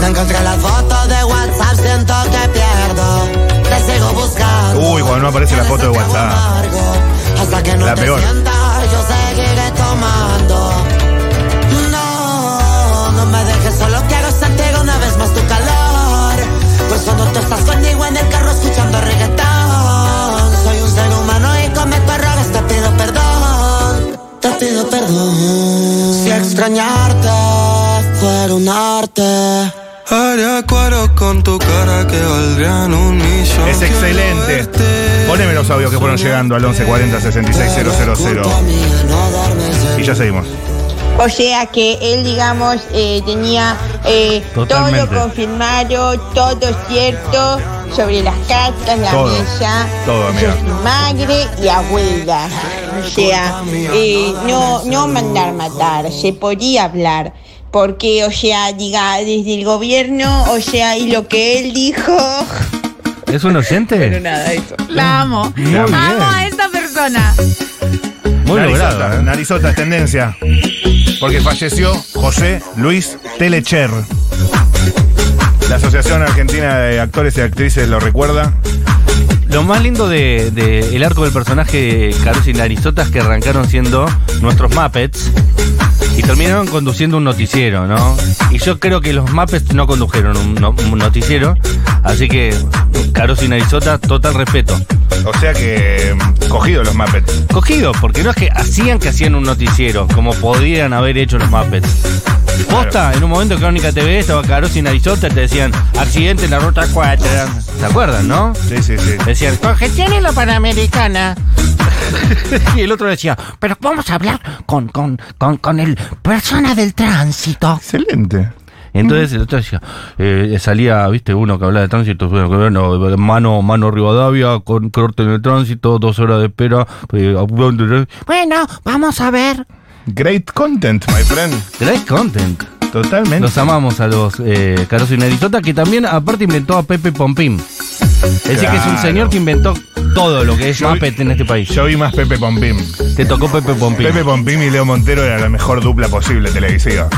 Speaker 9: No encontré las fotos de WhatsApp, siento que pierdo. Te sigo buscando.
Speaker 1: Uy, cuando no aparece la foto de WhatsApp.
Speaker 9: Hasta que no
Speaker 1: La
Speaker 9: te
Speaker 1: peor.
Speaker 9: sientas, yo seguiré tomando. No, no me dejes solo, quiero sentir una vez más tu calor. Pues cuando tú estás conmigo en el carro escuchando reggaetón, soy un ser humano y cometo errores, te pido perdón. Te pido perdón. Si extrañarte fuera un arte.
Speaker 8: Haría cuadros con tu cara que valdrían un millón.
Speaker 1: Es excelente. Poneme los audios que fueron llegando al 1140 66 000.
Speaker 9: Culpa mía no darme ese
Speaker 1: Y ya seguimos.
Speaker 10: O sea que él, digamos, eh, tenía eh, todo
Speaker 2: Totalmente.
Speaker 10: confirmado, todo cierto, sobre las cartas, la
Speaker 1: Todo,
Speaker 10: mesa.
Speaker 1: todo, amiga.
Speaker 10: Yo soy madre y abuela. O sea, eh, no, no mandar matar, se podía hablar. Porque, o sea, diga, desde el gobierno, o sea, y lo que él dijo.
Speaker 2: ¿Es un
Speaker 10: Pero
Speaker 2: oyente?
Speaker 10: nada, eso.
Speaker 4: La amo.
Speaker 2: Muy
Speaker 4: amo
Speaker 2: bien.
Speaker 4: a esta persona.
Speaker 2: Muy
Speaker 1: Narizota,
Speaker 2: logrado. ¿eh?
Speaker 1: Narizota es tendencia. Porque falleció José Luis Telecher. La Asociación Argentina de Actores y Actrices lo recuerda.
Speaker 2: Lo más lindo de, de el arco del personaje de Caruso y Narizota es que arrancaron siendo nuestros Muppets y terminaron conduciendo un noticiero, ¿no? Y yo creo que los Muppets no condujeron un, no- un noticiero, así que Caruso y Narizota, total respeto.
Speaker 1: O sea que mm, cogido los Muppets.
Speaker 2: Cogido, porque no es que hacían que hacían un noticiero, como podían haber hecho los Muppets. Posta, en un momento Crónica TV estaba Caruso y Narizota y te decían, accidente en la ruta 4. ¿Se acuerdan, no?
Speaker 1: Sí, sí, sí.
Speaker 2: Decían,
Speaker 9: Congestión en la Panamericana.
Speaker 2: [laughs] y el otro decía,
Speaker 9: Pero vamos a hablar con, con, con, con el persona del tránsito.
Speaker 1: Excelente.
Speaker 2: Entonces el otro decía, eh, salía, viste, uno que hablaba de tránsito, bueno, que, bueno, mano, mano Rivadavia, con corte en el tránsito, dos horas de espera. eh,
Speaker 9: Bueno, vamos a ver.
Speaker 1: Great content, my friend.
Speaker 2: Great content.
Speaker 1: Totalmente.
Speaker 2: Los amamos a los eh, Caruso y Narizota, que también aparte inventó a Pepe Pompín. Es decir, que es un
Speaker 1: Claro.
Speaker 2: señor que inventó todo lo que es
Speaker 1: Yo vi-
Speaker 2: Muppet en este país.
Speaker 1: Yo vi más Pepe Pompín.
Speaker 2: Te tocó Pepe Pompín.
Speaker 1: Pepe Pompín y Leo Montero era la mejor dupla posible televisiva.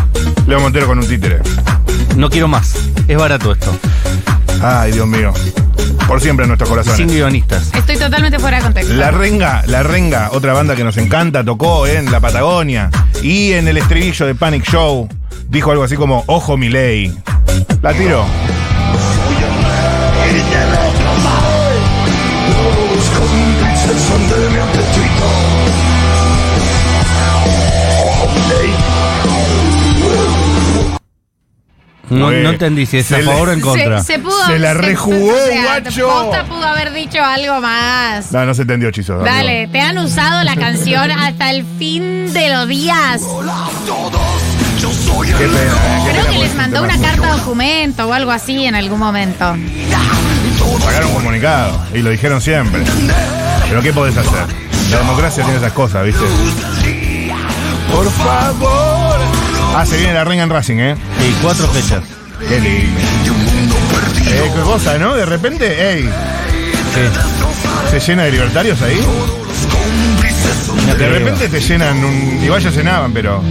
Speaker 1: Leo Montero con un títere.
Speaker 2: No quiero más. Es barato esto.
Speaker 1: Ay, Dios mío. Por siempre en nuestros corazones.
Speaker 2: Sin guionistas.
Speaker 4: Estoy totalmente fuera de contexto.
Speaker 1: La Renga, La Renga, otra banda que nos encanta, tocó en la Patagonia y en el estribillo de Panic Show dijo algo así como, ojo mi ley. La tiró.
Speaker 2: No,
Speaker 1: Fue-
Speaker 2: no entendí si es
Speaker 1: se
Speaker 2: a
Speaker 1: le-
Speaker 2: favor o en contra.
Speaker 4: Se, se pudo,
Speaker 1: Se la rejugó,
Speaker 4: o sea,
Speaker 1: guacho.
Speaker 4: Posta pudo haber dicho algo más.
Speaker 1: No, no se entendió, chizo.
Speaker 4: Dale, te han usado la canción hasta el fin de los días.
Speaker 1: Qué pena, eh, qué
Speaker 4: Creo
Speaker 1: pena
Speaker 4: que
Speaker 1: por
Speaker 4: les
Speaker 1: este
Speaker 4: mandó
Speaker 1: tema.
Speaker 4: una carta documento o algo así en algún momento.
Speaker 1: Sacaron un comunicado y lo dijeron siempre. Pero ¿qué podés hacer? La democracia tiene esas cosas, ¿viste? Por favor. Ah, se viene la Renga en Racing, ¿eh?
Speaker 2: Y cuatro fechas.
Speaker 1: Qué lindo. Eh, qué cosa, ¿no? De repente, ey,
Speaker 2: Sí.
Speaker 1: se llena de libertarios ahí. De repente te llenan un. Igual ya cenaban, pero.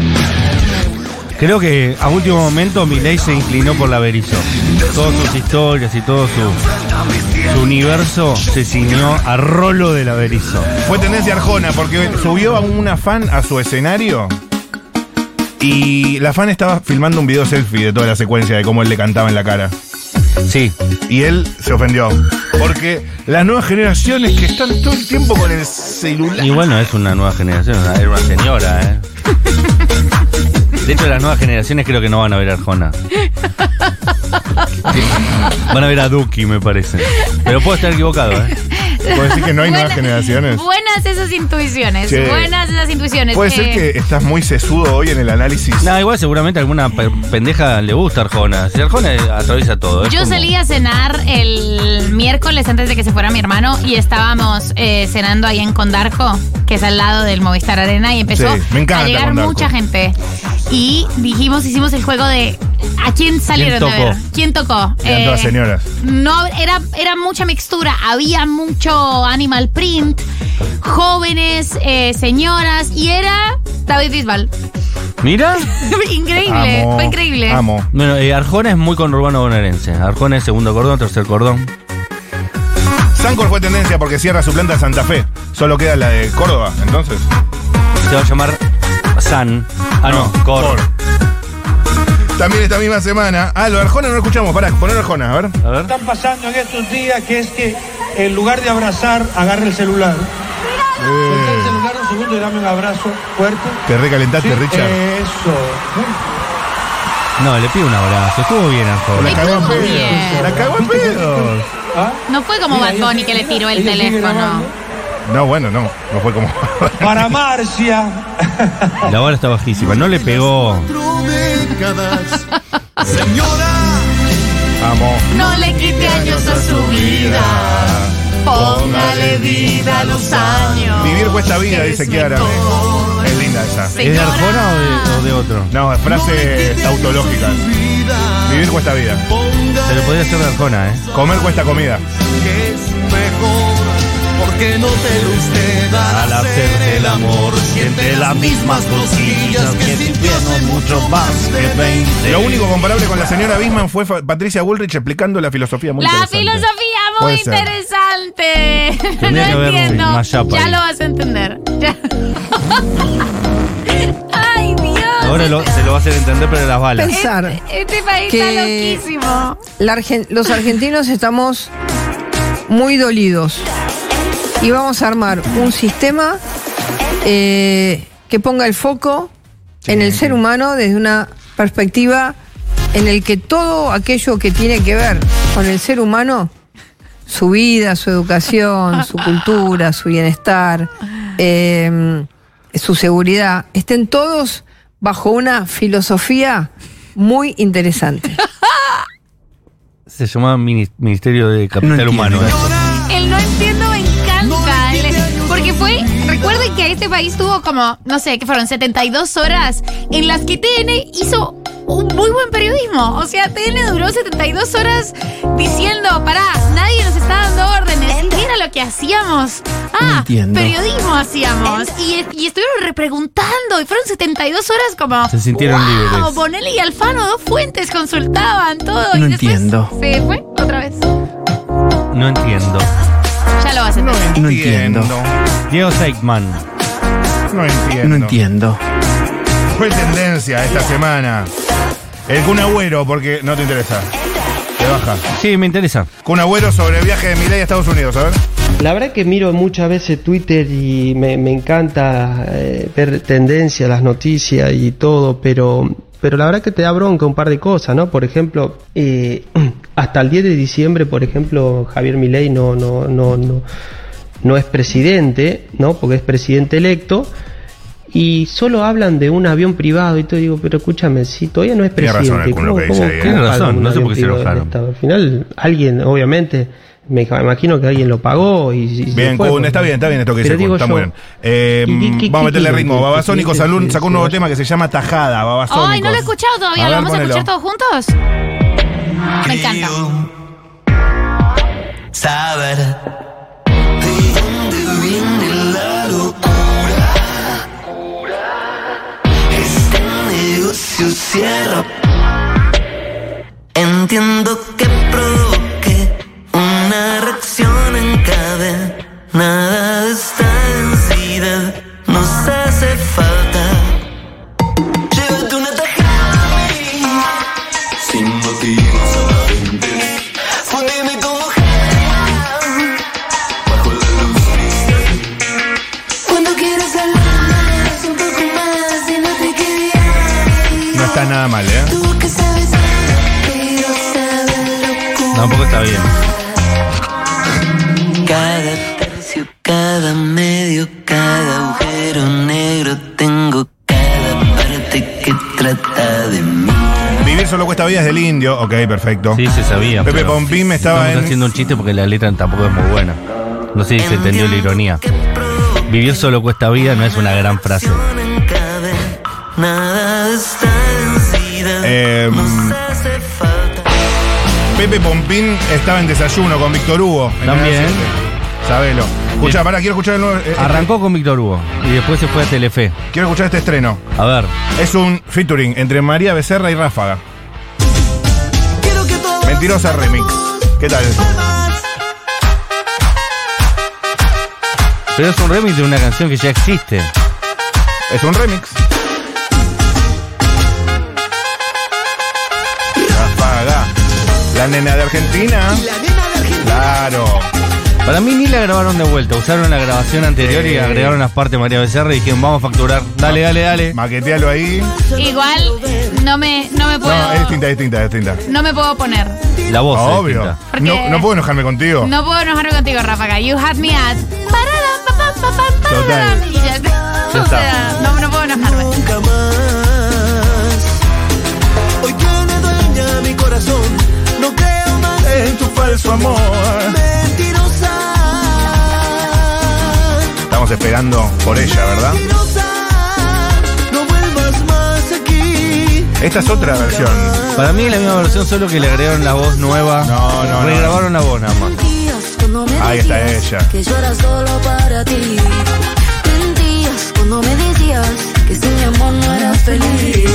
Speaker 2: Creo que a último momento Milei se inclinó por la Berizo. Todas sus historias y todo su, su universo se ciñó a Rolo de la Berizo.
Speaker 1: Fue tendencia arjona porque subió a una fan a su escenario. Y la fan estaba filmando un video selfie de toda la secuencia de cómo él le cantaba en la cara.
Speaker 2: Sí.
Speaker 1: Y él se ofendió. Porque las nuevas generaciones que están todo el tiempo con el celular.
Speaker 2: Y bueno, es una nueva generación, una- era una señora, ¿eh? De hecho, las nuevas generaciones creo que no van a ver a Arjona. Van a ver a Duki, me parece. Pero puedo estar equivocado, ¿eh?
Speaker 1: ¿Puedo decir que no hay nuevas generaciones?
Speaker 4: Buenas esas intuiciones.
Speaker 1: Che.
Speaker 4: Buenas esas intuiciones.
Speaker 1: Puede
Speaker 4: Eh,
Speaker 1: ser que estás muy sesudo hoy en el análisis.
Speaker 2: No, igual seguramente alguna pe- pendeja le gusta Arjona. Si Arjona eh, atraviesa todo. es
Speaker 4: Yo
Speaker 2: como-
Speaker 4: salí a cenar el miércoles antes de que se fuera mi hermano y estábamos eh, cenando ahí en Condarco, que es al lado del Movistar Arena, y empezó
Speaker 1: Sí, me encanta
Speaker 4: a llegar
Speaker 1: Condarco.
Speaker 4: mucha gente. Y dijimos, hicimos el juego de ¿a quién salieron
Speaker 2: ¿Quién
Speaker 4: a
Speaker 2: tocó?
Speaker 4: ver? ¿Quién tocó?
Speaker 1: Eran
Speaker 4: Eh,
Speaker 1: todas señoras.
Speaker 4: No, era, era mucha mixtura, había mucho animal print, jóvenes, eh, señoras, y era David Bisbal. [laughs]
Speaker 2: Mira.
Speaker 4: increíble,
Speaker 1: Amo,
Speaker 4: fue increíble.
Speaker 1: Amo.
Speaker 2: Bueno, eh, Arjona es muy conurbano bonaerense. Arjona es segundo cordón, tercer cordón.
Speaker 1: Sancor fue tendencia porque cierra su planta en Santa Fe. Solo queda la de Córdoba, entonces.
Speaker 2: Se va a llamar San. Ah, no, Cor.
Speaker 1: También esta misma semana. Ah, lo de Arjona no lo escuchamos. Pará, poner Arjona, a ver.
Speaker 2: A ver.
Speaker 11: están pasando en estos días que es que en lugar de abrazar, agarra el celular. Suelta el
Speaker 4: Eh,
Speaker 11: celular un segundo y dame un abrazo fuerte.
Speaker 1: Te recalentaste,
Speaker 11: Sí,
Speaker 1: Richard.
Speaker 4: eh,
Speaker 11: Eso.
Speaker 2: No, le pido un abrazo. Estuvo bien Arjona.
Speaker 1: La cagó en
Speaker 4: Estuvo
Speaker 1: pedos.
Speaker 4: bien.
Speaker 1: La cagó en pedos.
Speaker 11: ¿Ah?
Speaker 4: No fue como
Speaker 11: Mira,
Speaker 4: Bad
Speaker 11: ellos
Speaker 4: Bunny que le
Speaker 11: siguen-
Speaker 4: tiró el
Speaker 11: ellos siguen
Speaker 4: teléfono.
Speaker 11: grabando.
Speaker 1: No, bueno, no. No fue como.
Speaker 11: Para Marcia.
Speaker 2: La bola está bajísima. No le pegó.
Speaker 1: Arjona Vamos.
Speaker 4: No le quite años a su vida. Póngale vida a los años.
Speaker 1: Vivir cuesta vida, dice Kiara. Es linda esa.
Speaker 2: ¿Es de Arjona o de, o de otro?
Speaker 1: No, es frase tautológica. Vivir cuesta vida.
Speaker 2: Se lo podría hacer de Arjona, ¿eh?
Speaker 1: Comer cuesta comida.
Speaker 3: Porque no te lo usted al hacer el amor Siente las mismas cosillas que sintieron mucho más de 20
Speaker 1: Lo único comparable con la señora Bisman fue fa- Patricia Bullrich explicando la filosofía muy
Speaker 4: La
Speaker 1: interesante.
Speaker 4: filosofía muy
Speaker 1: Puede ser.
Speaker 4: interesante.
Speaker 2: Tendría que
Speaker 4: [laughs] no
Speaker 2: haber un
Speaker 4: entiendo.
Speaker 2: mashup
Speaker 4: Ya
Speaker 2: ahí.
Speaker 4: lo vas a entender. Ya. [laughs] Ay, Dios.
Speaker 2: Ahora lo- se lo va a hacer entender, pero las balas.
Speaker 12: Pensar
Speaker 4: Este, este país
Speaker 12: que-
Speaker 4: está loquísimo.
Speaker 12: la Argen- los argentinos estamos muy dolidos y vamos a armar un sistema eh, que ponga el foco en el ser humano desde una perspectiva en el que todo aquello que tiene que ver con el ser humano, su vida, su educación, su cultura, su bienestar, eh, su seguridad, estén todos bajo una filosofía muy interesante.
Speaker 2: Se llamaba Mini- Ministerio de Capital Humano. eso.
Speaker 4: El no entiendo me encanta. El- porque fue, recuerden que este país tuvo como, no sé, que fueron 72 horas en las que TN hizo un muy buen periodismo. O sea, TN duró 72 horas diciendo, pará, nadie nos está dando órdenes. ¿Qué era lo que hacíamos? Ah,
Speaker 2: Entiendo.
Speaker 4: periodismo hacíamos. Y, y estuvieron repreguntando y fueron 72 horas como...
Speaker 2: Se sintieron
Speaker 4: Wow,
Speaker 2: libres.
Speaker 4: Bonelli y Alfano, dos fuentes, consultaban todo. y
Speaker 2: No
Speaker 4: después
Speaker 2: entiendo.
Speaker 4: Se fue otra vez.
Speaker 2: ¿eh? No entiendo.
Speaker 4: Ya lo vas a entender.
Speaker 2: No entiendo. Diego Seidman.
Speaker 1: No entiendo.
Speaker 2: No entiendo.
Speaker 1: Fue tendencia esta semana. El Kun Agüero, porque no te interesa. Te baja.
Speaker 2: Sí, me interesa.
Speaker 1: Kun Agüero sobre el viaje de Milei a Estados Unidos, a ver.
Speaker 13: La verdad que miro muchas veces Twitter y me, me encanta eh, ver tendencias, las noticias y todo, pero, pero la verdad que te da bronca un par de cosas, ¿no? Por ejemplo, eh, [clears throat] hasta el 10 de diciembre, por ejemplo, Javier Milei no, no, no, no, no es presidente, ¿no? Porque es presidente electo. Y solo hablan de un avión privado y todo, digo, pero escúchame, si todavía no es
Speaker 1: Tiene razón
Speaker 13: presidente.
Speaker 1: el culo
Speaker 13: ¿cómo-
Speaker 1: que dice
Speaker 13: cómo-
Speaker 1: ahí, ¿eh?
Speaker 13: cómo
Speaker 1: Tiene
Speaker 13: pagan
Speaker 1: razón,
Speaker 13: un
Speaker 1: no sé
Speaker 13: avión
Speaker 1: por qué se
Speaker 13: privado en
Speaker 1: enojaron.
Speaker 13: Estado? Al final, alguien, obviamente, me imagino que alguien lo pagó y... y- y
Speaker 1: Bien,
Speaker 13: fue,
Speaker 1: Kun,
Speaker 13: porque-
Speaker 1: está bien, está bien esto que
Speaker 13: Pero
Speaker 1: dice Kun,
Speaker 13: digo
Speaker 1: está
Speaker 13: yo,
Speaker 1: muy bien. Eh,
Speaker 13: ¿y qué- qué-
Speaker 1: vamos a meterle
Speaker 13: qué-
Speaker 1: ritmo.
Speaker 13: qué-
Speaker 1: Babasónicos
Speaker 13: qué-
Speaker 1: Salud
Speaker 13: qué-
Speaker 1: sacó un nuevo tema que se llama Tajada, Babasónicos.
Speaker 4: Ay, no lo he escuchado todavía.
Speaker 1: A
Speaker 4: ¿Lo
Speaker 1: ver,
Speaker 4: vamos
Speaker 1: ponelo.
Speaker 4: a escuchar todos juntos? Me encanta.
Speaker 3: Saber de dónde viene la locura. Este negocio cierra. Entiendo que provoque una reacción en cadena. Nada de esta densidad nos hace falta. Llévate una tajada mía,
Speaker 14: Sin motivo,
Speaker 3: fundime como jam.
Speaker 14: bajo la luz.
Speaker 3: Cuando quieras hablar un poco más y no te quedes
Speaker 1: No está nada mal, ¿eh?
Speaker 3: Tú que sabes, pero sabes
Speaker 2: Tampoco está bien.
Speaker 3: Cada tercio, cada medio, cada agujero negro tengo cada parte que trata de mí.
Speaker 1: Vivir solo cuesta vida es del indio. Ok, perfecto.
Speaker 2: Sí, se sabía.
Speaker 1: Pepe
Speaker 2: pero
Speaker 1: Pompín me estaba
Speaker 2: Estamos
Speaker 1: en-
Speaker 2: haciendo un chiste porque la letra tampoco es muy buena. No sé si se entendió la ironía. Vivir solo cuesta vida no es una gran frase.
Speaker 3: Nada está vencida.
Speaker 1: Eh,
Speaker 3: Hace falta.
Speaker 1: Pepe Pompín estaba en desayuno con Víctor Hugo. en
Speaker 2: También. Ah.
Speaker 1: el 7. Sabelo. Escucha, pará, quiero escuchar el nuevo. eh,
Speaker 2: Arrancó con Víctor Hugo y después se fue a Telefe.
Speaker 1: Quiero escuchar este estreno.
Speaker 2: A ver,
Speaker 1: Es un featuring entre María Becerra y Ráfaga. Mentirosa Remix. ¿Qué tal?
Speaker 2: pero es un remix de una canción que ya existe.
Speaker 1: Es un remix. Ráfaga. La nena de Argentina. Claro.
Speaker 2: Para mí ni la grabaron de vuelta, usaron la grabación anterior y
Speaker 1: Eh.
Speaker 2: agregaron las partes de María Becerra y dijeron vamos a facturar. Dale, dale, dale.
Speaker 1: Maquetealo ahí.
Speaker 4: Igual no me, no me puedo.
Speaker 1: No, es distinta, es distinta, es distinta.
Speaker 4: no me puedo poner.
Speaker 2: La voz. es
Speaker 1: Obvio.
Speaker 2: distinta.
Speaker 4: Porque-
Speaker 1: No, no puedo enojarme contigo.
Speaker 4: No puedo enojarme contigo, Ráfaga. You had me at. pararam, pa, pa, pa, pa, pararam.
Speaker 1: Total.
Speaker 4: Y ya-
Speaker 1: Ya
Speaker 4: o sea,
Speaker 1: está.
Speaker 4: no, no puedo enojarme.
Speaker 3: Nunca más. Hoy tiene dueña mi corazón. No creas
Speaker 1: estamos esperando por ella, ¿verdad?
Speaker 3: No vuelvas más aquí.
Speaker 1: Esta es otra versión.
Speaker 2: Para mí es la misma versión, solo que le agregaron la voz nueva.
Speaker 1: No, no, no.
Speaker 2: Regrabaron la voz nada más.
Speaker 15: Días cuando me
Speaker 1: Ahí está
Speaker 15: decías
Speaker 1: ella.
Speaker 15: Que yo era solo para ti. Mentías cuando me decías que sin mi amor no eras feliz.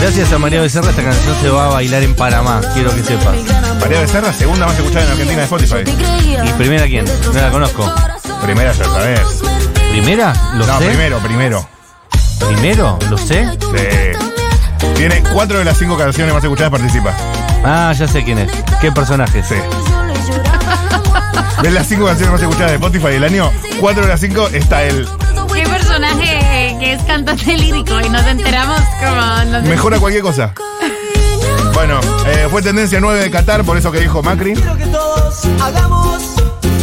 Speaker 2: Gracias a María Becerra, esta canción se va a bailar en Panamá, quiero que sepas.
Speaker 1: María Becerra, segunda más escuchada en Argentina de Spotify.
Speaker 2: ¿Y primera quién? No la conozco.
Speaker 1: Primera ya sabes.
Speaker 2: ¿Primera? ¿Lo
Speaker 1: No,
Speaker 2: sé?
Speaker 1: primero, primero.
Speaker 2: ¿Primero? ¿Lo sé?
Speaker 1: Sí. Tiene cuatro de las cinco canciones más escuchadas, participa.
Speaker 2: Ah, ya sé quién es. ¿Qué personaje?
Speaker 1: Sí. De las cinco canciones más escuchadas de Spotify del año, cuatro de las cinco está él.
Speaker 4: ¿Qué personaje eh, que es cantante lírico y nos enteramos como... no sé.
Speaker 1: Mejora cualquier cosa. Bueno, eh, fue tendencia 9 de Qatar, por eso que dijo Macri.
Speaker 3: Que todos hagamos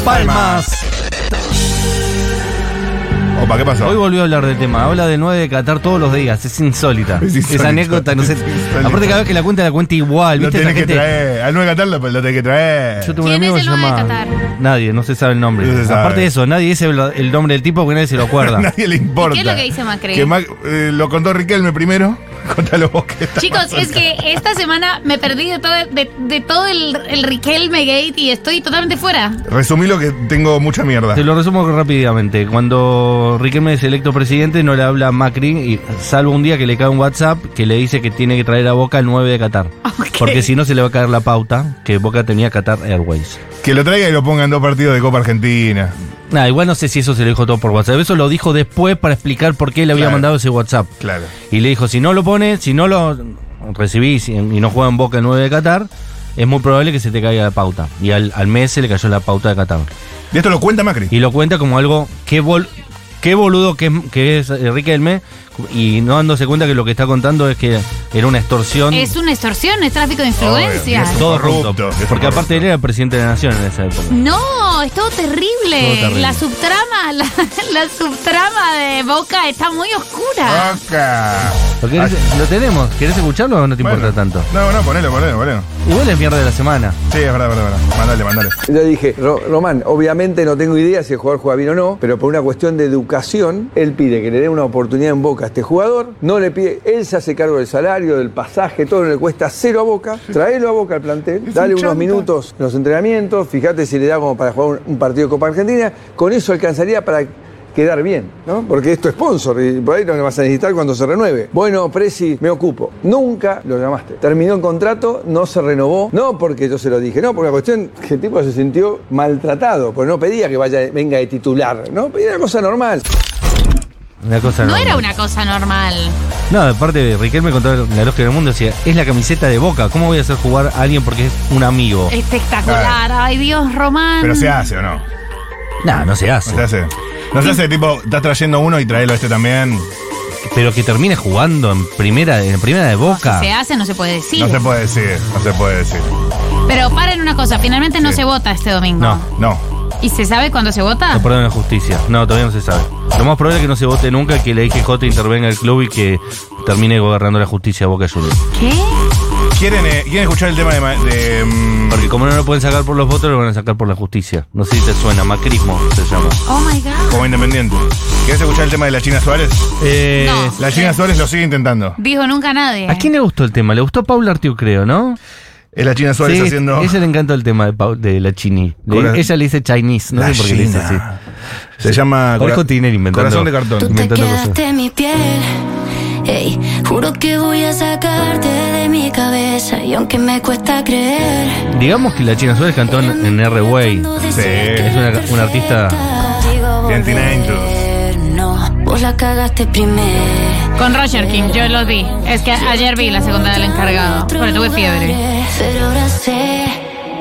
Speaker 2: Palmas.
Speaker 1: Opa, ¿qué pasó?
Speaker 2: Hoy volvió a hablar del tema. Habla de 9 de Qatar todos los días. Es insólita.
Speaker 1: Es insólito.
Speaker 2: Esa anécdota, no sé.
Speaker 1: Es insólito.
Speaker 2: Aparte, cada vez que la cuenta, la cuenta igual.
Speaker 1: Lo
Speaker 2: ¿Viste? Esa
Speaker 1: tenés
Speaker 2: gente-
Speaker 1: que traer. Al 9 de Qatar lo, lo tenés que traer.
Speaker 2: Yo tengo un
Speaker 4: ¿Quién
Speaker 2: amigo
Speaker 4: es
Speaker 2: que
Speaker 4: el
Speaker 2: se
Speaker 4: 9 de
Speaker 2: llama.
Speaker 4: Qatar?
Speaker 2: Nadie, no se sabe el nombre.
Speaker 1: No se sabe.
Speaker 2: Aparte de eso, nadie dice el, el nombre del tipo porque nadie se lo
Speaker 1: [laughs]
Speaker 2: acuerda.
Speaker 1: Nadie le importa.
Speaker 4: ¿Qué es lo que dice Macri?
Speaker 1: Que Mac- eh, lo contó Riquelme primero. [laughs] Contalo vos que está
Speaker 4: [laughs] Chicos,
Speaker 1: más
Speaker 4: es
Speaker 1: cerca.
Speaker 4: que esta semana me perdí de todo, de, de todo el, el Riquelme Gate y estoy totalmente fuera.
Speaker 1: Resumí lo que tengo mucha mierda.
Speaker 2: Te lo resumo rápidamente. Cuando Riquelme es electo presidente, no le habla a Macri, y, salvo un día que le cae un WhatsApp que le dice que tiene que traer a Boca el 9 de Qatar. Porque si no, se le va a caer la pauta que Boca tenía Qatar Airways.
Speaker 1: Que lo traiga y lo ponga en dos partidos de Copa Argentina.
Speaker 2: Nah, igual no sé si eso se lo dijo todo por WhatsApp. Eso lo dijo después para explicar por qué le había
Speaker 1: Claro.
Speaker 2: mandado ese WhatsApp.
Speaker 1: Claro.
Speaker 2: Y le dijo, si no lo pone, si no lo recibís y y no juega en Boca el 9 de Qatar, es muy probable que se te caiga la pauta. Y al, al mes se le cayó la pauta de Qatar.
Speaker 1: Y esto lo cuenta Macri.
Speaker 2: Y lo cuenta como algo, qué, bol- qué boludo que, es- que es eh, Riquelme, y no dándose cuenta que lo que está contando es que era una extorsión.
Speaker 4: Es una extorsión, es tráfico de
Speaker 1: Obvio,
Speaker 4: influencias.
Speaker 1: y es
Speaker 2: todo
Speaker 1: corrupto,
Speaker 2: junto.
Speaker 1: es
Speaker 2: Porque
Speaker 1: corrupto.
Speaker 2: aparte él era presidente de la nación en esa época.
Speaker 4: No, es todo terrible.
Speaker 2: Todo terrible.
Speaker 4: La subtrama, [laughs] la, la subtrama de Boca está muy
Speaker 1: Ah,
Speaker 4: oscura.
Speaker 1: Boca.
Speaker 2: ¿Lo, querés- lo tenemos? ¿Querés escucharlo o no te importa tanto?
Speaker 1: No, no, ponelo, ponelo, ponelo.
Speaker 2: Igual es mierda de la semana.
Speaker 1: Sí, es verdad, verdad, verdad. Mandale, mandale.
Speaker 16: Yo dije, "Ro- Román, obviamente no tengo idea si el jugador juega bien o no, pero por una cuestión de educación, él pide que le dé una oportunidad en boca a este jugador, no le pide, él se hace cargo del salario, del pasaje, todo no le cuesta cero a boca, traelo a boca al plantel, dale
Speaker 17: un
Speaker 16: unos
Speaker 17: chanta.
Speaker 16: minutos en los entrenamientos, fíjate si le da como para jugar un, un partido de Copa Argentina, con eso alcanzaría para quedar bien, ¿no? Porque esto es sponsor y por ahí no lo vas a necesitar cuando se renueve. Bueno, Presi, me ocupo. Nunca lo llamaste. Terminó el contrato, no se renovó, no porque yo se lo dije, no, por una cuestión que el tipo se sintió maltratado, porque no pedía que vaya, venga de titular, ¿no? Pedía una cosa normal.
Speaker 2: Una cosa
Speaker 4: No
Speaker 2: no-
Speaker 4: era una cosa normal.
Speaker 2: No, aparte de Riquelme con toda la lógica del mundo, decía, es la camiseta de Boca, ¿cómo voy a hacer jugar a alguien porque es un amigo?
Speaker 4: Espectacular. Ay, Dios, Román.
Speaker 1: Ah. Pero se hace o no.
Speaker 2: No, no se
Speaker 1: No
Speaker 2: hace.
Speaker 1: se hace. No se hace, tipo, estás trayendo uno y traelo a este también.
Speaker 2: Pero que termine jugando en primera, en primera de Boca.
Speaker 4: Se hace, no se puede decir.
Speaker 1: No se puede decir, no se puede decir.
Speaker 4: Pero paren una cosa, finalmente no
Speaker 1: Sí.
Speaker 4: se vota este domingo.
Speaker 2: No,
Speaker 1: no.
Speaker 4: ¿Y se sabe cuándo se vota?
Speaker 2: No perdón la justicia. No, todavía no se sabe. Lo más probable es que no se vote nunca, que la IGJ intervenga el club y que termine gobernando la justicia Boca Juniors.
Speaker 4: ¿Qué?
Speaker 1: ¿Quieren, eh, quieren escuchar el tema de. ma- de, mm,
Speaker 2: Porque como no lo pueden sacar por los votos, lo van a sacar por la justicia. No sé si te suena, macrismo se llama.
Speaker 4: Oh my god.
Speaker 1: como independiente? ¿Quieres escuchar el tema de la China Suárez? La China Suárez lo sigue intentando.
Speaker 4: Dijo nunca nadie.
Speaker 2: ¿A quién le gustó el tema? Le gustó a Paula Artiu, creo, ¿no?
Speaker 1: Es la China Suárez
Speaker 2: Sí,
Speaker 1: haciendo.
Speaker 2: Ella le encanta el tema de, Pau- de la chini. Le-
Speaker 1: Cora-
Speaker 2: ella le dice Chinese, no
Speaker 1: La
Speaker 2: sé por qué le dice así.
Speaker 1: China. Se llama.
Speaker 2: Orejo
Speaker 1: Cora-
Speaker 2: Tiner inventando.
Speaker 1: Corazón de
Speaker 15: Tú
Speaker 1: cartón.
Speaker 15: te
Speaker 2: Inventando cosas.
Speaker 15: quedaste en mi piel. Ey, juro que voy a sacarte de mi cabeza. Y aunque me cuesta creer,
Speaker 2: Digamos que la China Suárez cantó en, en R-Way.
Speaker 15: Sí.
Speaker 1: Eh.
Speaker 2: Es una, una artista.
Speaker 15: contigo volver. No, vos la cagaste primero.
Speaker 4: Con Roger King, yo lo vi. Es que ayer vi la segunda del encargado, pero tuve fiebre.
Speaker 15: Pero ahora sé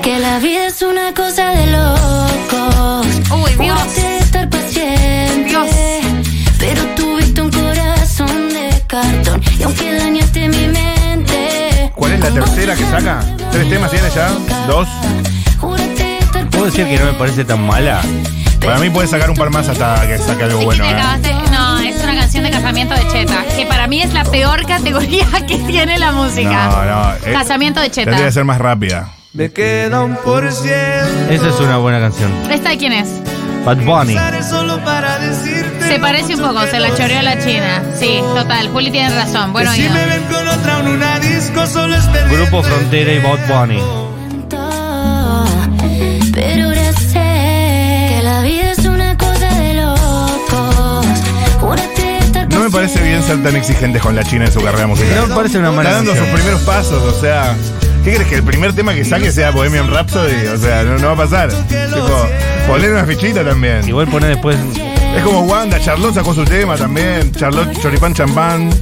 Speaker 15: que la vida es una cosa de locos.
Speaker 4: Uy, Dios.
Speaker 15: Juraste estar paciente. Pero tuviste un corazón de cartón. Y aunque dañaste mi mente,
Speaker 1: ¿Cuál es la tercera que saca? ¿Tres temas tiene ya? ¿Dos?
Speaker 15: juraste estar
Speaker 2: ¿Puedo decir que no me parece tan mala?
Speaker 1: Para mí puede sacar un par más hasta que saque algo
Speaker 4: Y
Speaker 1: bueno,
Speaker 4: te
Speaker 1: ¿eh?
Speaker 4: acabaste- No, es una canción de casamiento de Cheta, que para mí es la peor categoría [laughs] que tiene la música.
Speaker 1: No, no. eh,
Speaker 4: Casamiento de Cheta.
Speaker 1: Tendría que ser más rápida.
Speaker 3: Me queda un por ciento.
Speaker 2: Esa es una buena canción.
Speaker 4: ¿Esta de quién es?
Speaker 2: Bad Bunny.
Speaker 3: Solo para decir
Speaker 4: Se parece un poco, se la choreó la china. Sí, total. Juli tiene razón. Bueno,
Speaker 3: si
Speaker 4: oído.
Speaker 3: me ven con otra en una disco, solo es perder.
Speaker 2: Grupo Frontera y Bot Bunny.
Speaker 15: Pero ahora sé que la vida es una cosa de locos. Júrate de estar
Speaker 1: No me parece bien ser tan exigentes con la China en su carrera musical.
Speaker 2: No me parece una mala
Speaker 1: Está dando sus
Speaker 2: decisión.
Speaker 1: primeros pasos, o sea. ¿Qué crees que el primer tema que saque sea Bohemian Rhapsody? O sea, no, no va a pasar. Tipo, poner una fichita también.
Speaker 2: Igual poner después.
Speaker 1: Es como Wanda, Charlotte sacó su tema también. Charlotte Choripán Champán. [laughs]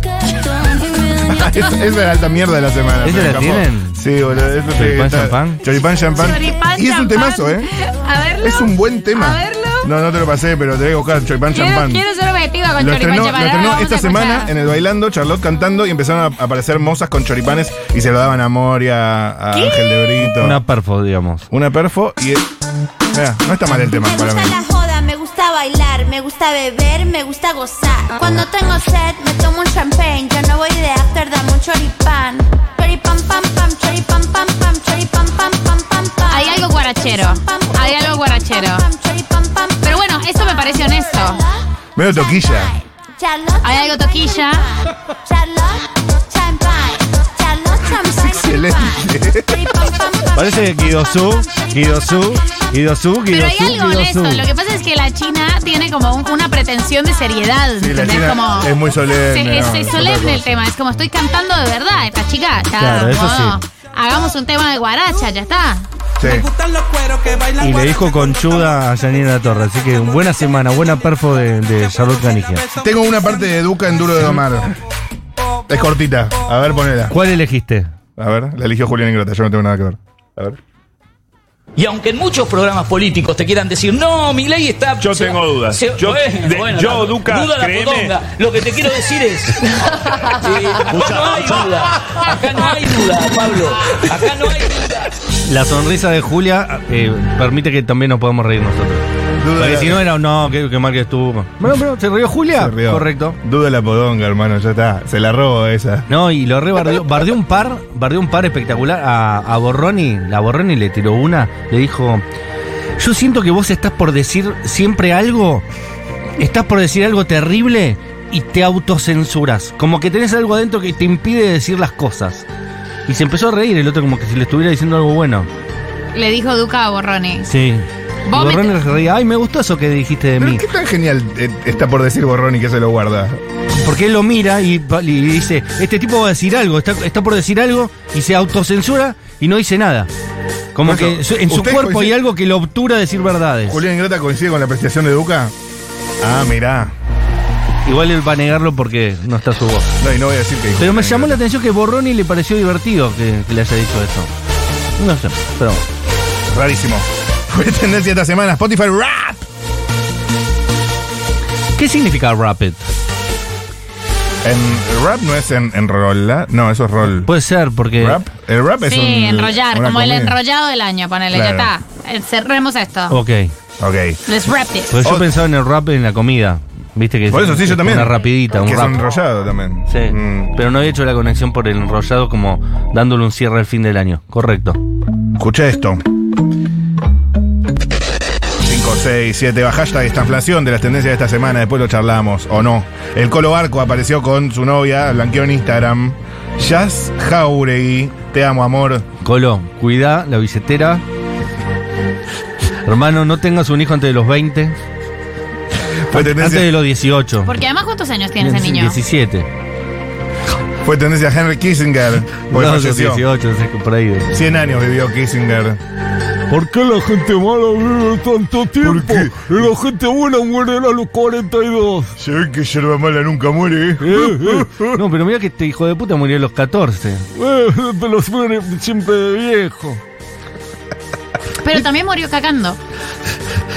Speaker 1: Esa es la alta mierda de la semana.
Speaker 2: ¿Esa
Speaker 1: se me
Speaker 2: la
Speaker 1: escapó.
Speaker 2: tienen?
Speaker 1: Sí, boludo. eso sí,
Speaker 2: ¿Choripán
Speaker 1: está-
Speaker 2: champán?
Speaker 1: Choripán champán.
Speaker 4: Choripán,
Speaker 1: Y es un
Speaker 4: champán.
Speaker 1: temazo, ¿eh?
Speaker 4: A verlo.
Speaker 1: Es un buen tema.
Speaker 4: A verlo.
Speaker 1: No, no te lo pasé, pero te voy a buscar Choripán
Speaker 4: Quiero,
Speaker 1: champán.
Speaker 4: quiero ser objetiva con
Speaker 1: Lo
Speaker 4: Choripán
Speaker 1: estrenó,
Speaker 4: Chaparral,
Speaker 1: lo estrenó
Speaker 4: vamos a
Speaker 1: esta
Speaker 4: escuchar.
Speaker 1: semana en el Bailando, Charlotte cantando y empezaron a aparecer mozas con choripanes y se lo daban a Moria, a Ángel de Brito.
Speaker 2: Una perfo, digamos.
Speaker 1: Una perfo y. eh, Mira, no está mal el tema para
Speaker 17: Me
Speaker 1: mí.
Speaker 17: gusta la joda, me gusta bailar, me gusta beber, me gusta gozar. Cuando tengo sed, me tomo un champagne. Yo no voy de after, dame un choripán. Choripam, pam, pam, choripam, pam, pam, choripam, pam, pam, pam, pam.
Speaker 4: Hay algo guarachero. Hay algo guarachero. Pero bueno, eso me parece honesto.
Speaker 1: Medio toquilla.
Speaker 4: Hay algo toquilla.
Speaker 1: Excelente.
Speaker 2: Parece Guidosu, Guidosu, Guidosu, Guidosu,
Speaker 4: Pero hay algo honesto.
Speaker 2: Guidosu.
Speaker 4: Lo que pasa es que la China tiene como un- una pretensión de seriedad.
Speaker 1: Sí, la
Speaker 4: ¿entendés?
Speaker 1: China
Speaker 4: como,
Speaker 1: es muy solemne.
Speaker 4: se- es,
Speaker 1: no,
Speaker 4: es
Speaker 1: es otra
Speaker 4: solemne
Speaker 1: cosa.
Speaker 4: el tema. Es como estoy cantando de verdad. Esta chica ya.
Speaker 2: Claro, eso
Speaker 4: como,
Speaker 2: sí.
Speaker 4: Hagamos un tema de guaracha, ya está.
Speaker 2: Y le dijo conchuda a Janina La Torre. Así que buena semana, buena perfo de, de Charlotte Canigia.
Speaker 1: Tengo una parte de Duca en Duro de Domar. Es cortita. A ver, ponela.
Speaker 2: ¿Cuál elegiste?
Speaker 1: A ver, la eligió Julián Ingrata, yo no tengo nada que ver. A ver.
Speaker 18: Y aunque en muchos programas políticos te quieran decir, no, mi ley está. Yo tengo dudas.
Speaker 19: Yo- de- yo, Duca,
Speaker 18: duda la
Speaker 19: créeme.
Speaker 18: potonga. Lo que te quiero decir es. eh, acá no hay duda. Acá no hay duda, Pablo. Acá no hay duda.
Speaker 2: La sonrisa de Julia eh, permite que también nos podamos reír nosotros. Porque si no era un no, que, que mal que estuvo. Bueno, pero ¿se rió Julia? Correcto.
Speaker 1: Duda la podonga, hermano, ya está. Se la robo esa.
Speaker 2: No, y lo re bardeó, bardeó un par, bardeó un par espectacular a, a Borroni. La Borroni le tiró una, le dijo, yo siento que vos estás por decir siempre algo, estás por decir algo terrible y te autocensuras. Como que tenés algo adentro que te impide decir las cosas. Y se empezó a reír el otro como que si le estuviera diciendo algo bueno.
Speaker 4: Le dijo Duca a Borroni.
Speaker 2: Sí. Y
Speaker 4: Vos me-
Speaker 2: Borroni se reía, ay, me gustó eso que dijiste de mí.
Speaker 1: ¿Qué tan genial eh, está por decir Borrón y que se lo guarda?
Speaker 2: Porque él lo mira y, y dice, este tipo va a decir algo, está, está por decir algo y se autocensura y no dice nada. Como
Speaker 1: Por eso,
Speaker 2: que su- en su
Speaker 1: ¿ustedes
Speaker 2: cuerpo hay
Speaker 1: coinciden-
Speaker 2: algo que lo obtura a decir verdades.
Speaker 1: ¿Julián Ingrata coincide con la apreciación de Duca? Ah, mirá.
Speaker 2: Igual él va a negarlo porque no está su voz.
Speaker 1: No, y no voy a decir que dijo
Speaker 2: Pero me
Speaker 1: Julián
Speaker 2: llamó la
Speaker 1: Ingrata.
Speaker 2: atención que Borroni le pareció divertido que, que le haya dicho eso. No sé, pero...
Speaker 1: Rarísimo. Fue tendencia esta semana. Spotify Rap.
Speaker 2: ¿Qué significa Rapid?
Speaker 1: En rap no es en, en rola. No, eso es roll.
Speaker 2: Puede ser, porque...
Speaker 1: Rap. El rap es
Speaker 4: Eh, sí,
Speaker 1: un.
Speaker 4: enrollar,
Speaker 1: una
Speaker 4: como el
Speaker 1: comida.
Speaker 4: enrollado del año, ponele, ya
Speaker 1: Claro. Oh.
Speaker 4: está. Eh, Cerremos esto.
Speaker 2: Ok.
Speaker 1: Ok.
Speaker 4: Let's wrap this.
Speaker 2: Pues yo pensaba en el rap en la comida. Viste que
Speaker 1: Oh. Por
Speaker 2: es-
Speaker 1: eso sí,
Speaker 2: es
Speaker 1: yo también.
Speaker 2: Una rapidita, un
Speaker 1: que es
Speaker 2: rap.
Speaker 1: enrollado también. Mm.
Speaker 2: Sí, pero no he hecho la conexión por el enrollado como dándole un cierre al fin del año. Correcto.
Speaker 1: Escucha esto. 5, 6, 7, hashtag esta inflación de las tendencias de esta semana, después lo charlamos, o no. El Colo Barco apareció con su novia, blanqueó en Instagram. Jazz Jauregui, te amo amor.
Speaker 2: Colo, cuida la billetera. Hermano, no tengas un hijo antes de los 20.
Speaker 1: Fue tendencia-
Speaker 2: Antes de los 18.
Speaker 4: Porque además, ¿cuántos años tiene ese niño?
Speaker 2: 17.
Speaker 1: Fue tendencia a Henry Kissinger, porque
Speaker 2: No, los
Speaker 1: falleció.
Speaker 2: 18, no sé, por ahí.
Speaker 1: 100 años vivió Kissinger.
Speaker 19: ¿Por qué la gente mala vive tanto tiempo? Y la gente buena muere a los 42.
Speaker 1: Se ve que yerba mala nunca muere, ¿eh?
Speaker 2: No, pero mira que este hijo de puta murió a los 14.
Speaker 19: Eh, pero muere siempre de viejo.
Speaker 4: Pero también murió cagando.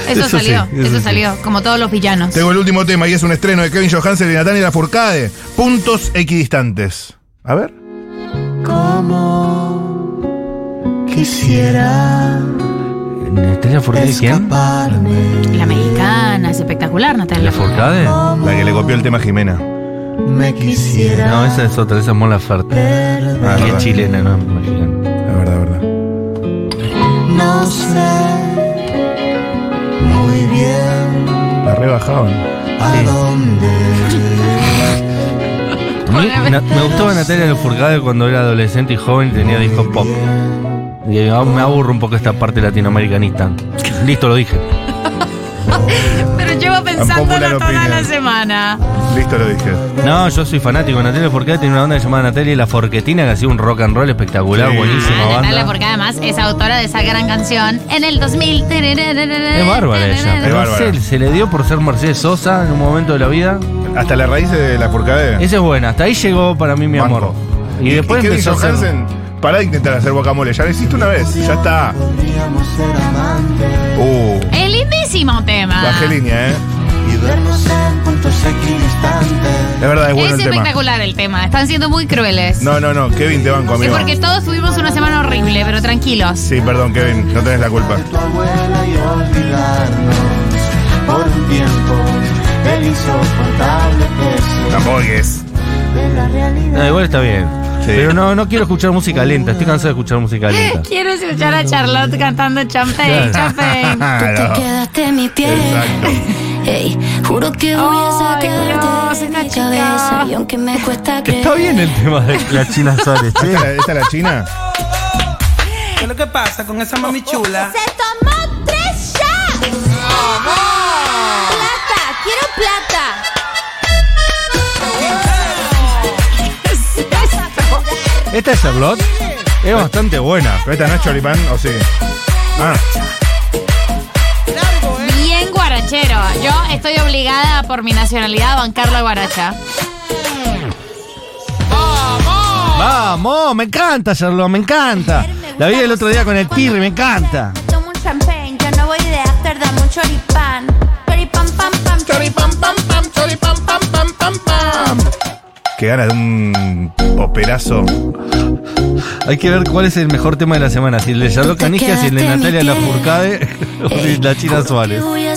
Speaker 4: Eso,
Speaker 1: Eso
Speaker 4: salió,
Speaker 1: sí, eso
Speaker 4: eso,
Speaker 1: sí.
Speaker 4: salió, como todos los villanos.
Speaker 1: Tengo el último tema y es un estreno de Kevin Johansen y Natalia Furcade. Puntos equidistantes. A ver.
Speaker 3: Como quisiera
Speaker 2: ¿Natalia Furcade quién?
Speaker 4: La mexicana, es espectacular, Natalia.
Speaker 2: ¿La Furcade?
Speaker 1: La que le copió el tema a Jimena.
Speaker 4: Me quisiera.
Speaker 2: No, esa es otra, esa es Mola Fert. Que
Speaker 1: Ah, verdad.
Speaker 2: es chilena, no me imagino.
Speaker 1: La verdad, verdad.
Speaker 3: No sé muy bien
Speaker 1: La rebajaban.
Speaker 2: A mí na- me gustaba Natalia Lafourcade cuando era adolescente y joven y tenía discos pop. Y ah, me aburro un poco esta parte latinoamericanista. Listo, lo dije.
Speaker 4: Pero llevo
Speaker 2: popular
Speaker 4: pensándolo toda
Speaker 2: opinion.
Speaker 4: la semana.
Speaker 1: Listo, lo dije.
Speaker 2: No, yo soy fanático de Natalia Forquetina. Tiene una banda llamada Natalia y La Forquetina que hacía un rock and roll espectacular, buenísima
Speaker 4: Ah,
Speaker 2: banda.
Speaker 4: Natalia, porque además es autora de esa gran canción en el 2000.
Speaker 2: Es
Speaker 4: Es
Speaker 2: bárbara ella.
Speaker 1: Es
Speaker 2: No
Speaker 1: bárbara.
Speaker 2: sé, se le dio por ser Mercedes Sosa en un momento de la vida.
Speaker 1: Hasta la raíz de la porcade.
Speaker 2: Esa es buena. Hasta ahí llegó para mí mi amor. Y, después
Speaker 1: ¿Y
Speaker 2: empezó a hacer-
Speaker 1: Hansen, pará de intentar hacer guacamole. Ya lo hiciste una vez. Ya está. Uh,
Speaker 4: Es lindísimo tema.
Speaker 1: bajé línea, ¿eh? Es verdad, es bueno
Speaker 4: es
Speaker 1: el tema.
Speaker 4: espectacular el tema. Están siendo muy crueles.
Speaker 1: No, no, no. Kevin, te banco,
Speaker 4: Sí,
Speaker 1: amigo.
Speaker 4: porque todos tuvimos una semana horrible, pero tranquilos.
Speaker 1: Sí, perdón, Kevin. No tenés la culpa.
Speaker 3: abuela y olvidarnos por un tiempo del insoportable peso
Speaker 1: Tampoco es.
Speaker 3: de la realidad.
Speaker 2: No, igual está bien. Pero no, no quiero escuchar música lenta. Estoy cansado de escuchar música lenta.
Speaker 4: Quiero escuchar a Charlotte cantando Champagne,
Speaker 2: Claro.
Speaker 4: Champagne.
Speaker 2: Claro.
Speaker 15: Te quedaste en mi piel. Ey, juro que voy a sacarte de mi cabeza. Y aunque me cuesta
Speaker 2: Que [laughs] Está
Speaker 15: creer.
Speaker 2: bien el tema de la China Suárez. che.
Speaker 1: ¿Esta, es la China?
Speaker 18: ¿Qué es lo que pasa con esa mami chula?
Speaker 17: Se tomó tres shots. Plata, quiero plata.
Speaker 2: Esta es Charlotte. Es bastante buena.
Speaker 1: ¿Pero esta no es choripán o sí? Ah,
Speaker 4: Bien guarachero. Yo estoy obligada por mi nacionalidad a bancar la guaracha.
Speaker 2: Vamos, me encanta Charlotte, me encanta. La vi el otro día con el Pirri, me encanta.
Speaker 17: Tomo un champagne, yo no voy de after, da mucho choripán. Choripam, pam, pam, choripam, pam, pam, choripam, pam, pam, pam, pam.
Speaker 1: que gana de un operazo.
Speaker 2: Hay que ver cuál es el mejor tema de la semana. Si el de Charlotte Canigia, si el de Natalia Lafourcade [laughs] o si la China Suárez.
Speaker 15: Voy a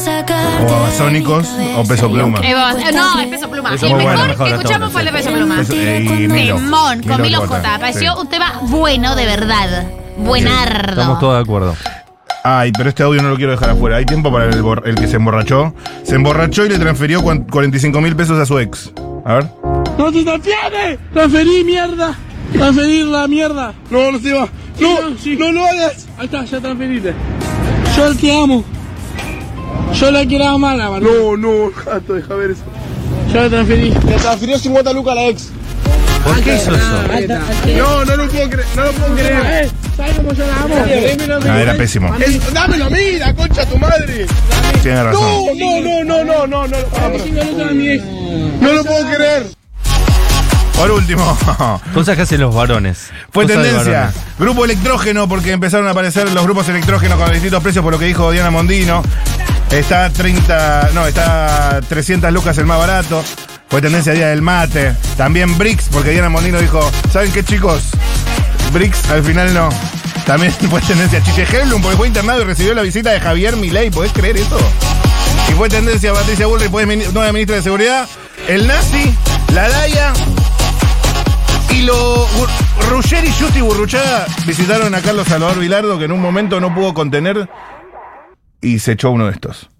Speaker 1: O Amazónicos o Peso Pluma.
Speaker 4: Eh, vos- eh, no, el peso pluma.
Speaker 1: Eso
Speaker 4: el
Speaker 1: muy
Speaker 4: mejor
Speaker 1: bueno, mejor
Speaker 4: que
Speaker 1: hasta
Speaker 4: escuchamos
Speaker 1: ahora,
Speaker 4: fue el
Speaker 1: sí.
Speaker 4: de peso pluma.
Speaker 1: Peso- eh, y Milo.
Speaker 4: Temón, con
Speaker 1: Milo
Speaker 4: Milo
Speaker 1: J,
Speaker 4: J. Pareció
Speaker 1: sí.
Speaker 4: un tema bueno de verdad.
Speaker 1: Estamos
Speaker 4: Buenardo.
Speaker 2: todos de acuerdo.
Speaker 1: Ay, pero este audio no lo quiero dejar afuera. Hay tiempo para el, bor- el que se emborrachó. Se emborrachó y le transfirió 45 mil pesos a su ex. A ver.
Speaker 3: ¡No te tapianes! ¡Transferí mierda! ¡Transferir la mierda! No, no se va. No, no lo hagas. Ahí está, ya transferiste. Yo te amo. Yo la quiero amar, mano. No, no, gato, deja ver eso. Yo la transferí. Le transfirió 50 lucas a la ex.
Speaker 2: ¿Por qué hizo eso?
Speaker 3: No, no lo puedo creer, no lo puedo creer. ¿Sabes cómo yo la amo?
Speaker 1: Ah, era pésimo.
Speaker 3: Es- dámelo a mí, la concha tu madre.
Speaker 1: Tiene razón.
Speaker 3: No, no, no, no, no, no, no. No lo puedo creer.
Speaker 1: Por último.
Speaker 2: Cosas que hacen los varones.
Speaker 1: Fue
Speaker 2: Cosas de
Speaker 1: tendencia.
Speaker 2: varones.
Speaker 1: Grupo electrógeno, porque empezaron a aparecer los grupos electrógenos con distintos precios, por lo que dijo Diana Mondino. Está 30, no, está 300 lucas el más barato. Fue tendencia Día del Mate. También Bricks, porque Diana Mondino dijo, ¿saben qué chicos? Bricks al final no. También [laughs] fue tendencia Chiche Hellum, porque fue internado y recibió la visita de Javier Milei. ¿Podés creer eso? Y fue tendencia Patricia Bullrich, pues mini- nueva ministra de Seguridad. El nazi, la Daya, y lo Gur- Ruggeri, Yuti y Burruchaga visitaron a Carlos Salvador Vilardo, que en un momento no pudo contener y se echó uno de estos.